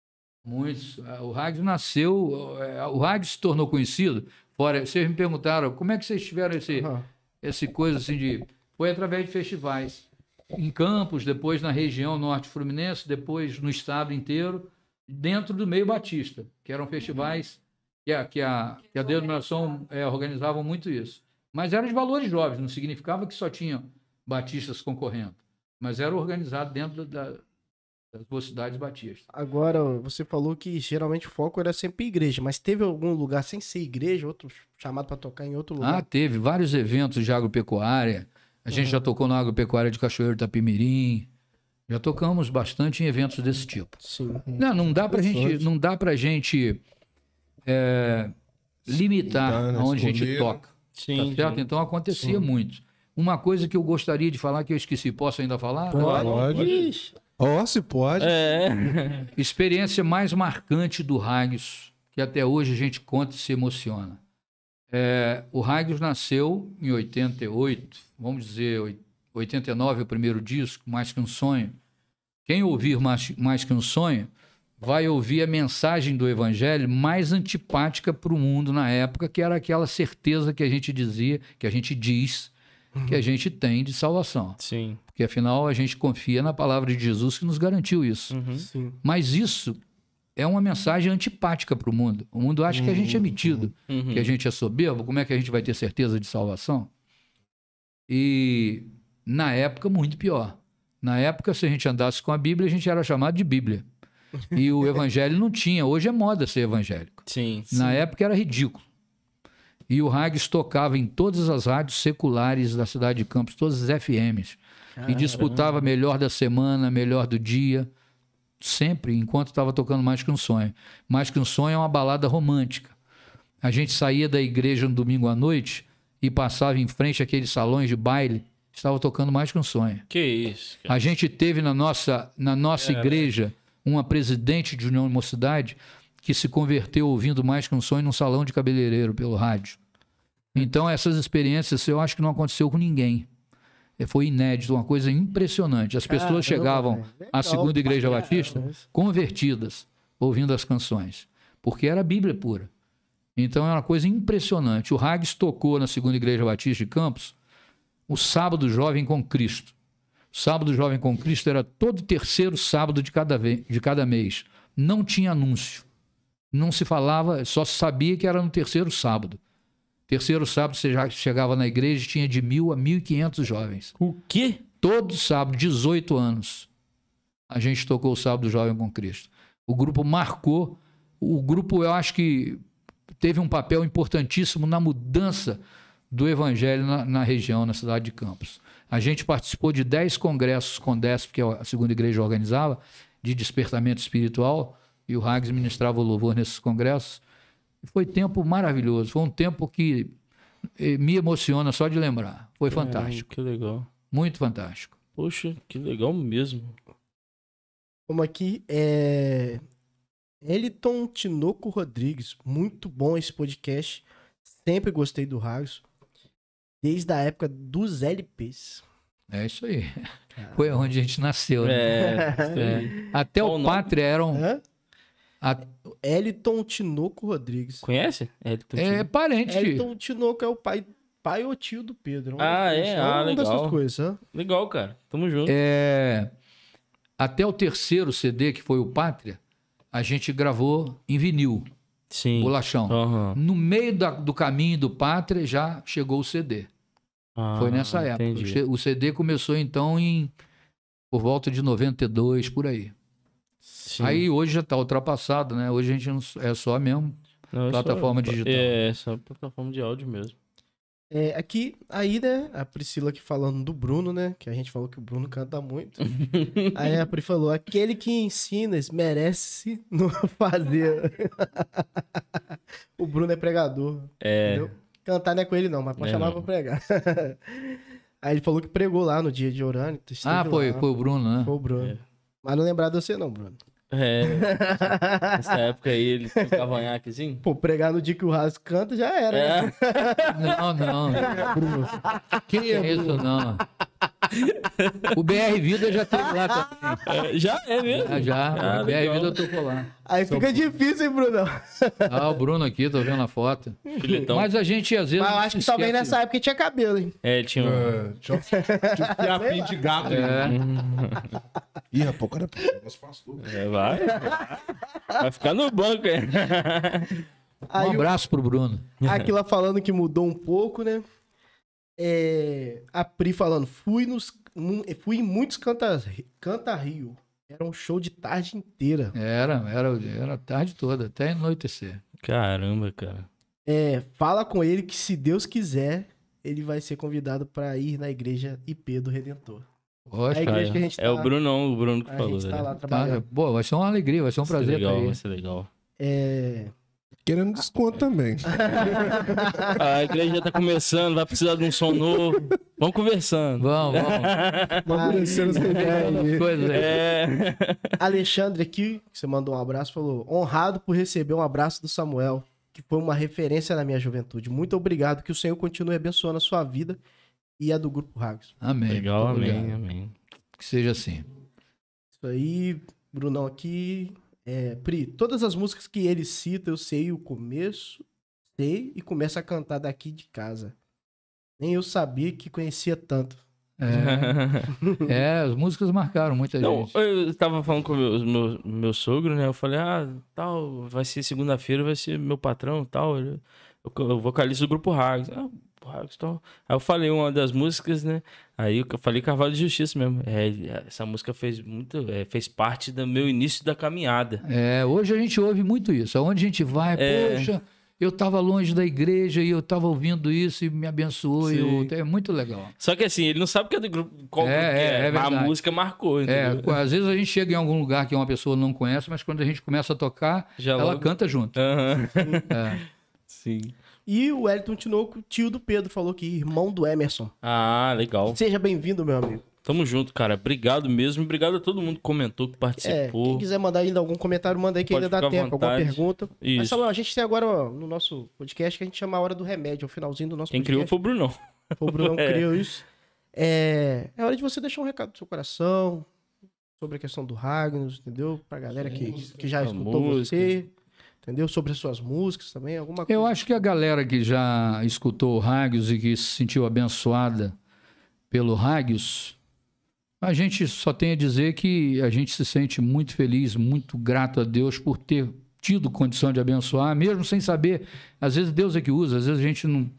Speaker 3: Muitos. Ah, O rádio nasceu, eh, o rádio se tornou conhecido. Fora, vocês me perguntaram como é que vocês tiveram esse,
Speaker 2: Aham.
Speaker 3: esse coisa assim de. Foi através de festivais. Em Campos, depois na região norte fluminense, depois no estado inteiro, dentro do meio batista, que eram festivais que a, que a, que a denominação eh, organizava muito isso. Mas era de valores jovens, não significava que só tinham batistas concorrendo, mas era organizado dentro da- das duas cidades batistas.
Speaker 2: agora ó, você falou que geralmente o foco era sempre igreja, mas teve algum lugar sem ser igreja, outro chamado pra tocar em outro
Speaker 3: Ah,
Speaker 2: lugar?
Speaker 3: teve vários eventos de agropecuária. A gente já tocou na agropecuária de Cachoeiro Tapimirim. Já tocamos bastante em eventos desse tipo.
Speaker 2: Sim.
Speaker 3: Não, não dá pra gente, não dá pra gente é, limitar
Speaker 4: Limitar, né?
Speaker 3: aonde a gente
Speaker 4: Escolher.
Speaker 3: toca.
Speaker 1: Sim.
Speaker 3: tá certo?
Speaker 1: sim.
Speaker 3: Então acontecia muito. Uma coisa que eu gostaria de falar, que eu esqueci, posso ainda falar?
Speaker 4: Pode.
Speaker 2: Ixi,
Speaker 4: Ó, se pode.
Speaker 1: É. *laughs*
Speaker 3: Experiência mais marcante do Haggis, que até hoje a gente conta e se emociona. É, o Haggis nasceu em 88, vamos dizer, oi- 89 é o primeiro disco, Mais Que Um Sonho. Quem ouvir mais, mais Que Um Sonho vai ouvir a mensagem do Evangelho mais antipática para o mundo na época, que era aquela certeza que a gente dizia, que a gente diz, que a gente tem de salvação.
Speaker 1: Sim.
Speaker 3: Porque afinal a gente confia na palavra de Jesus que nos garantiu isso.
Speaker 1: Uhum.
Speaker 2: Sim.
Speaker 3: Mas isso é uma mensagem antipática para o mundo. O mundo acha que a gente é metido,
Speaker 1: Uhum.
Speaker 3: que a gente é soberbo. Como é que a gente vai ter certeza de salvação? E na época, muito pior. Na época, se a gente andasse com a Bíblia, a gente era chamado de Bíblia. E o evangelho não tinha. Hoje é moda ser evangélico.
Speaker 1: Sim.
Speaker 3: Na é- época era ridículo. E o Hags tocava em todas as rádios seculares da cidade de Campos, todas as FMs e disputava melhor da semana, melhor do dia, sempre, enquanto estava tocando Mais Que Um Sonho. Mais Que Um Sonho é uma balada romântica. A gente saía da igreja no domingo à noite e passava em frente àqueles salões de baile, estava tocando Mais Que Um Sonho.
Speaker 1: Que é. isso, cara.
Speaker 3: A gente teve na nossa, na nossa igreja uma presidente de União de Mocidade que se converteu ouvindo mais que um sonho num salão de cabeleireiro pelo rádio. Então, essas experiências eu acho que não aconteceu com ninguém. É, Foi inédito, uma coisa impressionante. As pessoas chegavam à segunda igreja batista convertidas, ouvindo as canções, porque era a Bíblia pura. Então era uma coisa impressionante. O Hags tocou na segunda igreja batista de Campos o sábado jovem com Cristo. O sábado jovem com Cristo era todo terceiro sábado de cada, ve- de cada mês. Não tinha anúncio. Não se falava, só se sabia que era no terceiro sábado. Terceiro sábado você já chegava na igreja e tinha de mil a mil e quinhentos jovens
Speaker 1: O quê?
Speaker 3: todo sábado, 18 anos, a gente tocou o sábado jovem com Cristo. O grupo marcou, o grupo eu acho que teve um papel importantíssimo na mudança do evangelho na, na região, na cidade de Campos. A gente participou de 10 congressos com DESP, que a segunda igreja organizava, de despertamento espiritual, e o Hags ministrava o louvor nesses congressos. Foi tempo maravilhoso, foi um tempo que eh, me emociona só de lembrar. Foi
Speaker 1: É.
Speaker 3: fantástico,
Speaker 1: Caramba, Que legal.
Speaker 3: muito fantástico.
Speaker 1: Poxa, que legal mesmo.
Speaker 2: Como aqui é. Eliton Tinoco Rodrigues. Muito bom esse podcast. Sempre gostei do Ragos. Desde a época dos LPs.
Speaker 3: É isso aí. Foi onde a gente nasceu, né? *laughs*
Speaker 1: É.
Speaker 3: É. Até
Speaker 1: Qual o
Speaker 3: o
Speaker 1: nome?
Speaker 3: Pátria era um.
Speaker 2: Hã?
Speaker 3: a-
Speaker 2: Eliton Tinoco Rodrigues.
Speaker 1: Conhece? É, ele continua.
Speaker 3: é parente.
Speaker 1: então-
Speaker 2: Eliton Tinoco é o pai, pai ou tio do Pedro.
Speaker 1: Ah, é? Ah,
Speaker 2: uma dessas
Speaker 1: legal.
Speaker 2: coisas, hã?
Speaker 1: Legal, cara. Tamo junto.
Speaker 3: É, até o terceiro CD, que foi o Pátria, a gente gravou em vinil,
Speaker 1: Sim.
Speaker 3: bolachão.
Speaker 1: Aham.
Speaker 3: No meio da- do caminho do Pátria já chegou o CD.
Speaker 1: Ah,
Speaker 3: Foi nessa época. O
Speaker 1: Entendi.
Speaker 3: che- O CD começou então em por volta de 92, por aí.
Speaker 1: Sim.
Speaker 3: Aí hoje já está ultrapassado, né? Hoje a gente não, é só mesmo.
Speaker 1: Não, é só-
Speaker 3: plataforma digital.
Speaker 1: É, só plataforma de áudio mesmo.
Speaker 2: É, aqui, aí, né, a Priscila aqui falando do Bruno, né, que a gente falou que o Bruno canta muito.
Speaker 1: *laughs*
Speaker 2: aí a Pri falou, aquele que ensina merece não *laughs* fazer. o Bruno é pregador,
Speaker 1: É.
Speaker 2: entendeu? Cantar não é com ele não, mas pode
Speaker 1: É,
Speaker 2: chamar
Speaker 1: não.
Speaker 2: pra pregar. *laughs* aí ele falou que pregou lá no dia de Orani. esteve
Speaker 3: Ah,
Speaker 2: lá.
Speaker 3: foi, foi o Bruno, né?
Speaker 2: Foi o Bruno.
Speaker 1: É.
Speaker 2: Mas não lembrar de você não, Bruno.
Speaker 1: É.
Speaker 3: *laughs*
Speaker 1: Nessa época aí ele tinha um cavanhaque assim.
Speaker 2: Pô, pregar no dia que o Raso canta já era, né?
Speaker 1: É.
Speaker 3: Não, não.
Speaker 1: *laughs*
Speaker 3: Quem é isso, não? O BR Vida já teve lá também.
Speaker 1: É, Já é mesmo?
Speaker 3: Ah, já.
Speaker 1: Ah,
Speaker 3: o BR
Speaker 1: legal.
Speaker 3: Vida tocou lá.
Speaker 2: Aí fica difícil, hein, Bruno?
Speaker 3: Ah, o Bruno aqui, tô vendo a foto.
Speaker 1: Filetão.
Speaker 3: Mas a gente às vezes.
Speaker 2: Mas eu acho que talvez
Speaker 3: esquece.
Speaker 2: nessa época tinha cabelo, hein?
Speaker 1: É, tinha um.
Speaker 4: É, Tinha tinha um piapinho de gato.
Speaker 3: É.
Speaker 2: né?
Speaker 4: É. Ih, rapaz, o cara é nosso pastor.
Speaker 1: É, vai. Vai ficar no banco,
Speaker 3: *laughs*
Speaker 1: é.
Speaker 2: Aí
Speaker 3: Um
Speaker 2: o-
Speaker 3: abraço pro Bruno.
Speaker 2: *laughs* Aqui lá falando que mudou um pouco, né? É, a Pri falando, fui, nos, mu- fui em muitos canta, canta Rio. Era um show de tarde inteira.
Speaker 3: Era, era, era a tarde toda, até anoitecer.
Speaker 1: Caramba, cara.
Speaker 2: É, fala com ele que se Deus quiser, ele vai ser convidado pra ir na igreja IP do Redentor. É a
Speaker 3: Lógico.
Speaker 1: Ah,
Speaker 2: igreja que a gente
Speaker 1: é o
Speaker 2: lá.
Speaker 1: Brunão, o Bruno que
Speaker 2: A
Speaker 1: falou,
Speaker 2: gente tá
Speaker 1: velho.
Speaker 2: lá
Speaker 3: Tá,
Speaker 2: trabalhando.
Speaker 3: boa, vai ser uma alegria, vai ser um
Speaker 1: Vai ser
Speaker 3: prazer
Speaker 1: é legal, né?
Speaker 3: pra
Speaker 1: vai
Speaker 3: ele.
Speaker 1: ser legal.
Speaker 2: É...
Speaker 5: Querendo desconto também.
Speaker 1: A igreja tá começando, vai precisar de um som novo. Vamos conversando.
Speaker 3: Vamos, vamos.
Speaker 2: *laughs*
Speaker 5: Amadurecendo
Speaker 2: é,
Speaker 5: essa ideia
Speaker 2: né?
Speaker 1: *laughs*
Speaker 5: aí.
Speaker 3: Coisas aí.
Speaker 1: É.
Speaker 2: Alexandre aqui, que você mandou um abraço, falou: honrado por receber um abraço do Samuel, que foi uma referência na minha juventude. Muito obrigado, que o Senhor continue abençoando a sua vida e a do Grupo Ragos.
Speaker 3: Amém.
Speaker 1: Legal,
Speaker 3: Muito
Speaker 1: amém,
Speaker 3: obrigado.
Speaker 1: amém.
Speaker 3: Que seja assim.
Speaker 2: Isso aí, Brunão aqui. É, Pri, todas as músicas que ele cita, eu sei o começo, sei e começo a cantar daqui de casa. Nem eu sabia que conhecia tanto.
Speaker 3: É, é, as músicas marcaram muita
Speaker 1: Não,
Speaker 3: gente.
Speaker 1: eu tava falando com o meu, meu, meu sogro, né? Eu falei, ah, tal, vai ser segunda-feira, vai ser meu patrão, tal. Ele, o, o vocalista do grupo Rags. Ah, o Rags, tal. Aí eu falei uma das músicas, né? Aí eu falei Carvalho de Justiça mesmo. É, ele- essa música fez muito, é, fez parte do meu início da caminhada.
Speaker 3: É, hoje a gente ouve muito isso. Aonde a gente vai,
Speaker 1: É.
Speaker 3: poxa, eu estava longe da igreja e eu estava ouvindo isso e me abençoou. e eu- é muito legal.
Speaker 1: Só que assim, ele não sabe que é do grupo, qual
Speaker 3: É,
Speaker 1: grupo que
Speaker 3: é, é
Speaker 1: mas a
Speaker 3: verdade.
Speaker 1: música marcou,
Speaker 3: É,
Speaker 1: entendeu?
Speaker 3: co- às vezes a gente chega em algum lugar que uma pessoa não conhece, mas quando a gente começa a tocar,
Speaker 1: Já
Speaker 3: ela
Speaker 1: logo-
Speaker 3: canta junto.
Speaker 1: Aham.
Speaker 3: *laughs* É.
Speaker 1: Sim.
Speaker 2: E o Elton Tinoco, tio do Pedro, falou que irmão do Emerson.
Speaker 1: Ah, legal.
Speaker 2: Seja bem-vindo, meu amigo.
Speaker 1: Tamo junto, cara. Obrigado mesmo. Obrigado a todo mundo que comentou, que
Speaker 2: É, quem
Speaker 1: participou.
Speaker 2: quiser mandar ainda algum comentário, manda aí que
Speaker 1: Tipo, Pode
Speaker 2: ainda
Speaker 1: ficar
Speaker 2: dá
Speaker 1: à
Speaker 2: tempo, alguma
Speaker 1: vontade.
Speaker 2: pergunta. Mas,
Speaker 1: Isso.
Speaker 2: Samuel, a gente tem agora ó, no nosso podcast que a gente chama a Hora do Remédio, é o finalzinho do nosso
Speaker 1: Quem criou
Speaker 2: podcast.
Speaker 1: foi o Brunão.
Speaker 2: Foi o Brunão que
Speaker 1: *laughs* É.
Speaker 2: criou isso. É, é hora de você deixar um recado do seu coração sobre a questão do Ragnos, entendeu? Pra galera que, que já
Speaker 1: a
Speaker 2: escutou
Speaker 1: música.
Speaker 2: você, entendeu? Sobre as suas músicas também, alguma coisa.
Speaker 3: Eu acho que a galera que já escutou o Ráguios e que se sentiu abençoada pelo Ráguios, a gente só tem a dizer que a gente se sente muito feliz, muito grato a Deus por ter tido condição de abençoar, mesmo sem saber. Às vezes Deus é que usa, às vezes a gente não,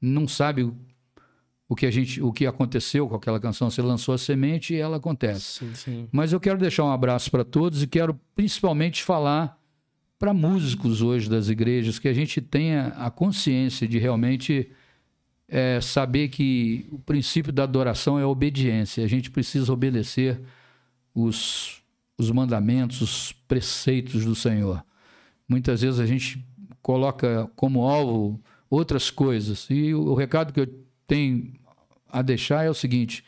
Speaker 3: não sabe o que a gente, o que aconteceu com aquela canção. Você lançou a semente e ela acontece.
Speaker 1: Sim, sim.
Speaker 3: Mas eu quero deixar um abraço para todos e quero principalmente falar para músicos hoje das igrejas que a gente tenha a consciência de realmente eh, saber que o princípio da adoração é a obediência. A gente precisa obedecer os, os mandamentos, os preceitos do Senhor. Muitas vezes a gente coloca como alvo outras coisas. E o, o recado que eu tenho a deixar é o seguinte: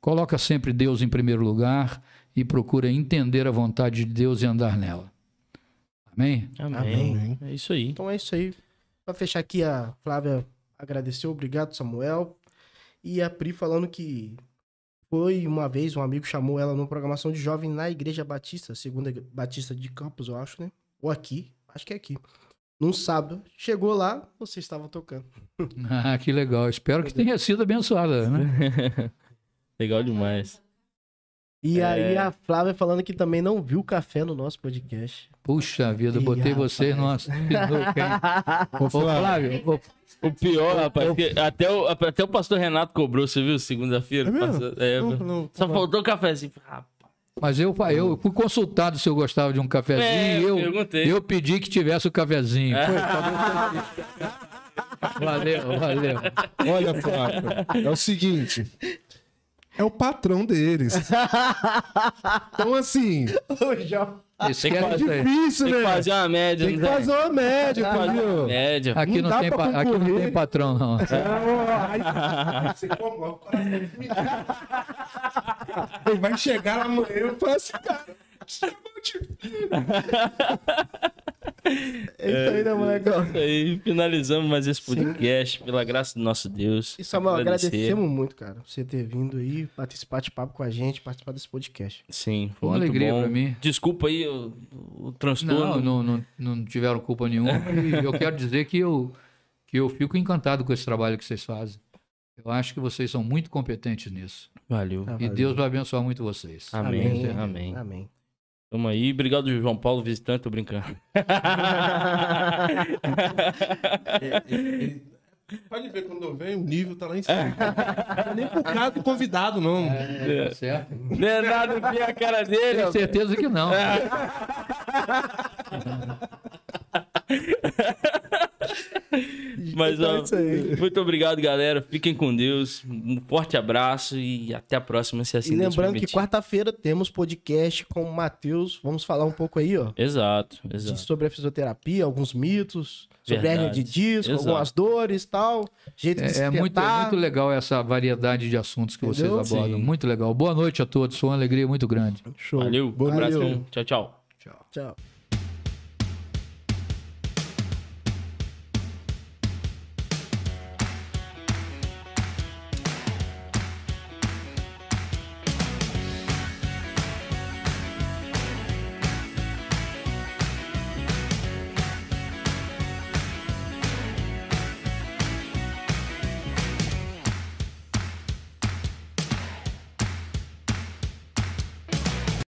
Speaker 3: Coloca sempre Deus em primeiro lugar e procura entender a vontade de Deus e andar nela. Amém? *laughs*
Speaker 1: Amém. É isso aí.
Speaker 2: Então é isso aí. Pra fechar aqui, a Flávia agradeceu, obrigado, Samuel. E a Pri falando que foi uma vez, um amigo chamou ela numa programação de jovem na Igreja Batista, segunda Batista de Campos, eu acho, né? Ou aqui, acho que é aqui. Num sábado, chegou lá, você estava tocando.
Speaker 3: Ah, que legal. Espero que tenha sido abençoada, né?
Speaker 1: Legal demais.
Speaker 2: E
Speaker 1: É.
Speaker 2: aí a Flávia falando que também não viu café no nosso podcast.
Speaker 3: Puxa vida,
Speaker 2: Ih,
Speaker 3: botei
Speaker 2: rapaz.
Speaker 3: vocês no nosso.
Speaker 5: *laughs* Ô,
Speaker 3: Ô,
Speaker 5: Flávio,
Speaker 3: Flávio, ô,
Speaker 1: O pior, rapaz, que até o, até o pastor Renato cobrou, você viu? Segunda-feira.
Speaker 4: É mesmo?
Speaker 1: passou- é,
Speaker 4: Não, não,
Speaker 1: só
Speaker 4: não.
Speaker 1: faltou o cafezinho. Rapaz.
Speaker 3: mas eu, fa- eu fui consultado se eu gostava de um cafezinho
Speaker 1: É,
Speaker 3: e eu,
Speaker 1: perguntei.
Speaker 3: eu pedi que tivesse o cafezinho. Valeu, valeu.
Speaker 5: olha, Flávio. É o seguinte. É o patrão deles. Então, assim,
Speaker 3: Isso
Speaker 1: Tem que
Speaker 3: é
Speaker 1: fazer-
Speaker 3: isso aí.
Speaker 5: difícil,
Speaker 1: Tem que
Speaker 5: né?
Speaker 1: fazer É. uma média.
Speaker 5: Tem que
Speaker 1: não tem?
Speaker 5: fazer uma média, entendeu?
Speaker 1: Média.
Speaker 5: Não
Speaker 3: Aqui não,
Speaker 5: dá
Speaker 3: tem
Speaker 5: pra
Speaker 3: pa- aqui não
Speaker 5: concorrer.
Speaker 3: tem patrão, não.
Speaker 4: É, Ele vai chegar amanhã e falar assim, cara.
Speaker 2: É isso aí, né, molecão?
Speaker 1: Isso aí, finalizamos mais esse podcast, pela graça do nosso Deus.
Speaker 2: E Samuel,
Speaker 1: Agradecer.
Speaker 2: é agradecemos muito, cara, você ter vindo aí, participar de papo com a gente, participar desse podcast.
Speaker 1: Sim, foi
Speaker 3: Uma
Speaker 1: muito
Speaker 3: alegria
Speaker 1: bom.
Speaker 3: pra mim.
Speaker 1: Desculpa aí o, o transtorno.
Speaker 3: Não, É. não, não, não tiveram culpa nenhuma. E eu quero dizer que eu, que eu fico encantado com esse trabalho que vocês fazem. Eu acho que vocês são muito competentes nisso.
Speaker 1: Valeu.
Speaker 2: Ah,
Speaker 3: E
Speaker 2: valeu.
Speaker 3: Deus vai abençoar muito vocês.
Speaker 2: Ah,
Speaker 1: Amém, amém.
Speaker 2: Amém.
Speaker 1: Tamo aí. Obrigado, João Paulo, visitante, tô
Speaker 2: *laughs*
Speaker 1: brincando.
Speaker 4: Pode ver quando eu venho, o nível tá lá em cima. Não é Nem por causa do convidado, não.
Speaker 3: É, tá certo?
Speaker 1: Não é nada, vi a cara dele.
Speaker 3: Tenho certeza que não.
Speaker 1: Mas Mas
Speaker 2: Então é
Speaker 1: ó,
Speaker 2: isso aí.
Speaker 1: muito obrigado, galera. Fiquem com Deus. Um forte abraço e até a próxima, se assim
Speaker 2: e
Speaker 1: Deus
Speaker 2: lembrando que
Speaker 1: permitir.
Speaker 2: quarta-feira temos podcast com o Matheus. Vamos falar um pouco aí, ó.
Speaker 1: Exato,
Speaker 2: de-
Speaker 1: exato.
Speaker 2: Sobre a fisioterapia, alguns mitos, sobre
Speaker 1: Verdade.
Speaker 2: hérnia de disco,
Speaker 1: Exato.
Speaker 2: algumas dores e tal. Jeito de se
Speaker 3: É, é muito, é
Speaker 2: tratar.
Speaker 3: muito legal essa variedade de assuntos que vocês
Speaker 2: Tá. Entendeu?
Speaker 3: abordam.
Speaker 1: Sim.
Speaker 3: Muito legal. Boa noite a todos. Foi uma alegria muito grande.
Speaker 2: Show.
Speaker 1: Valeu, um
Speaker 2: Valeu.
Speaker 1: abraço. Tchau, tchau.
Speaker 2: Tchau.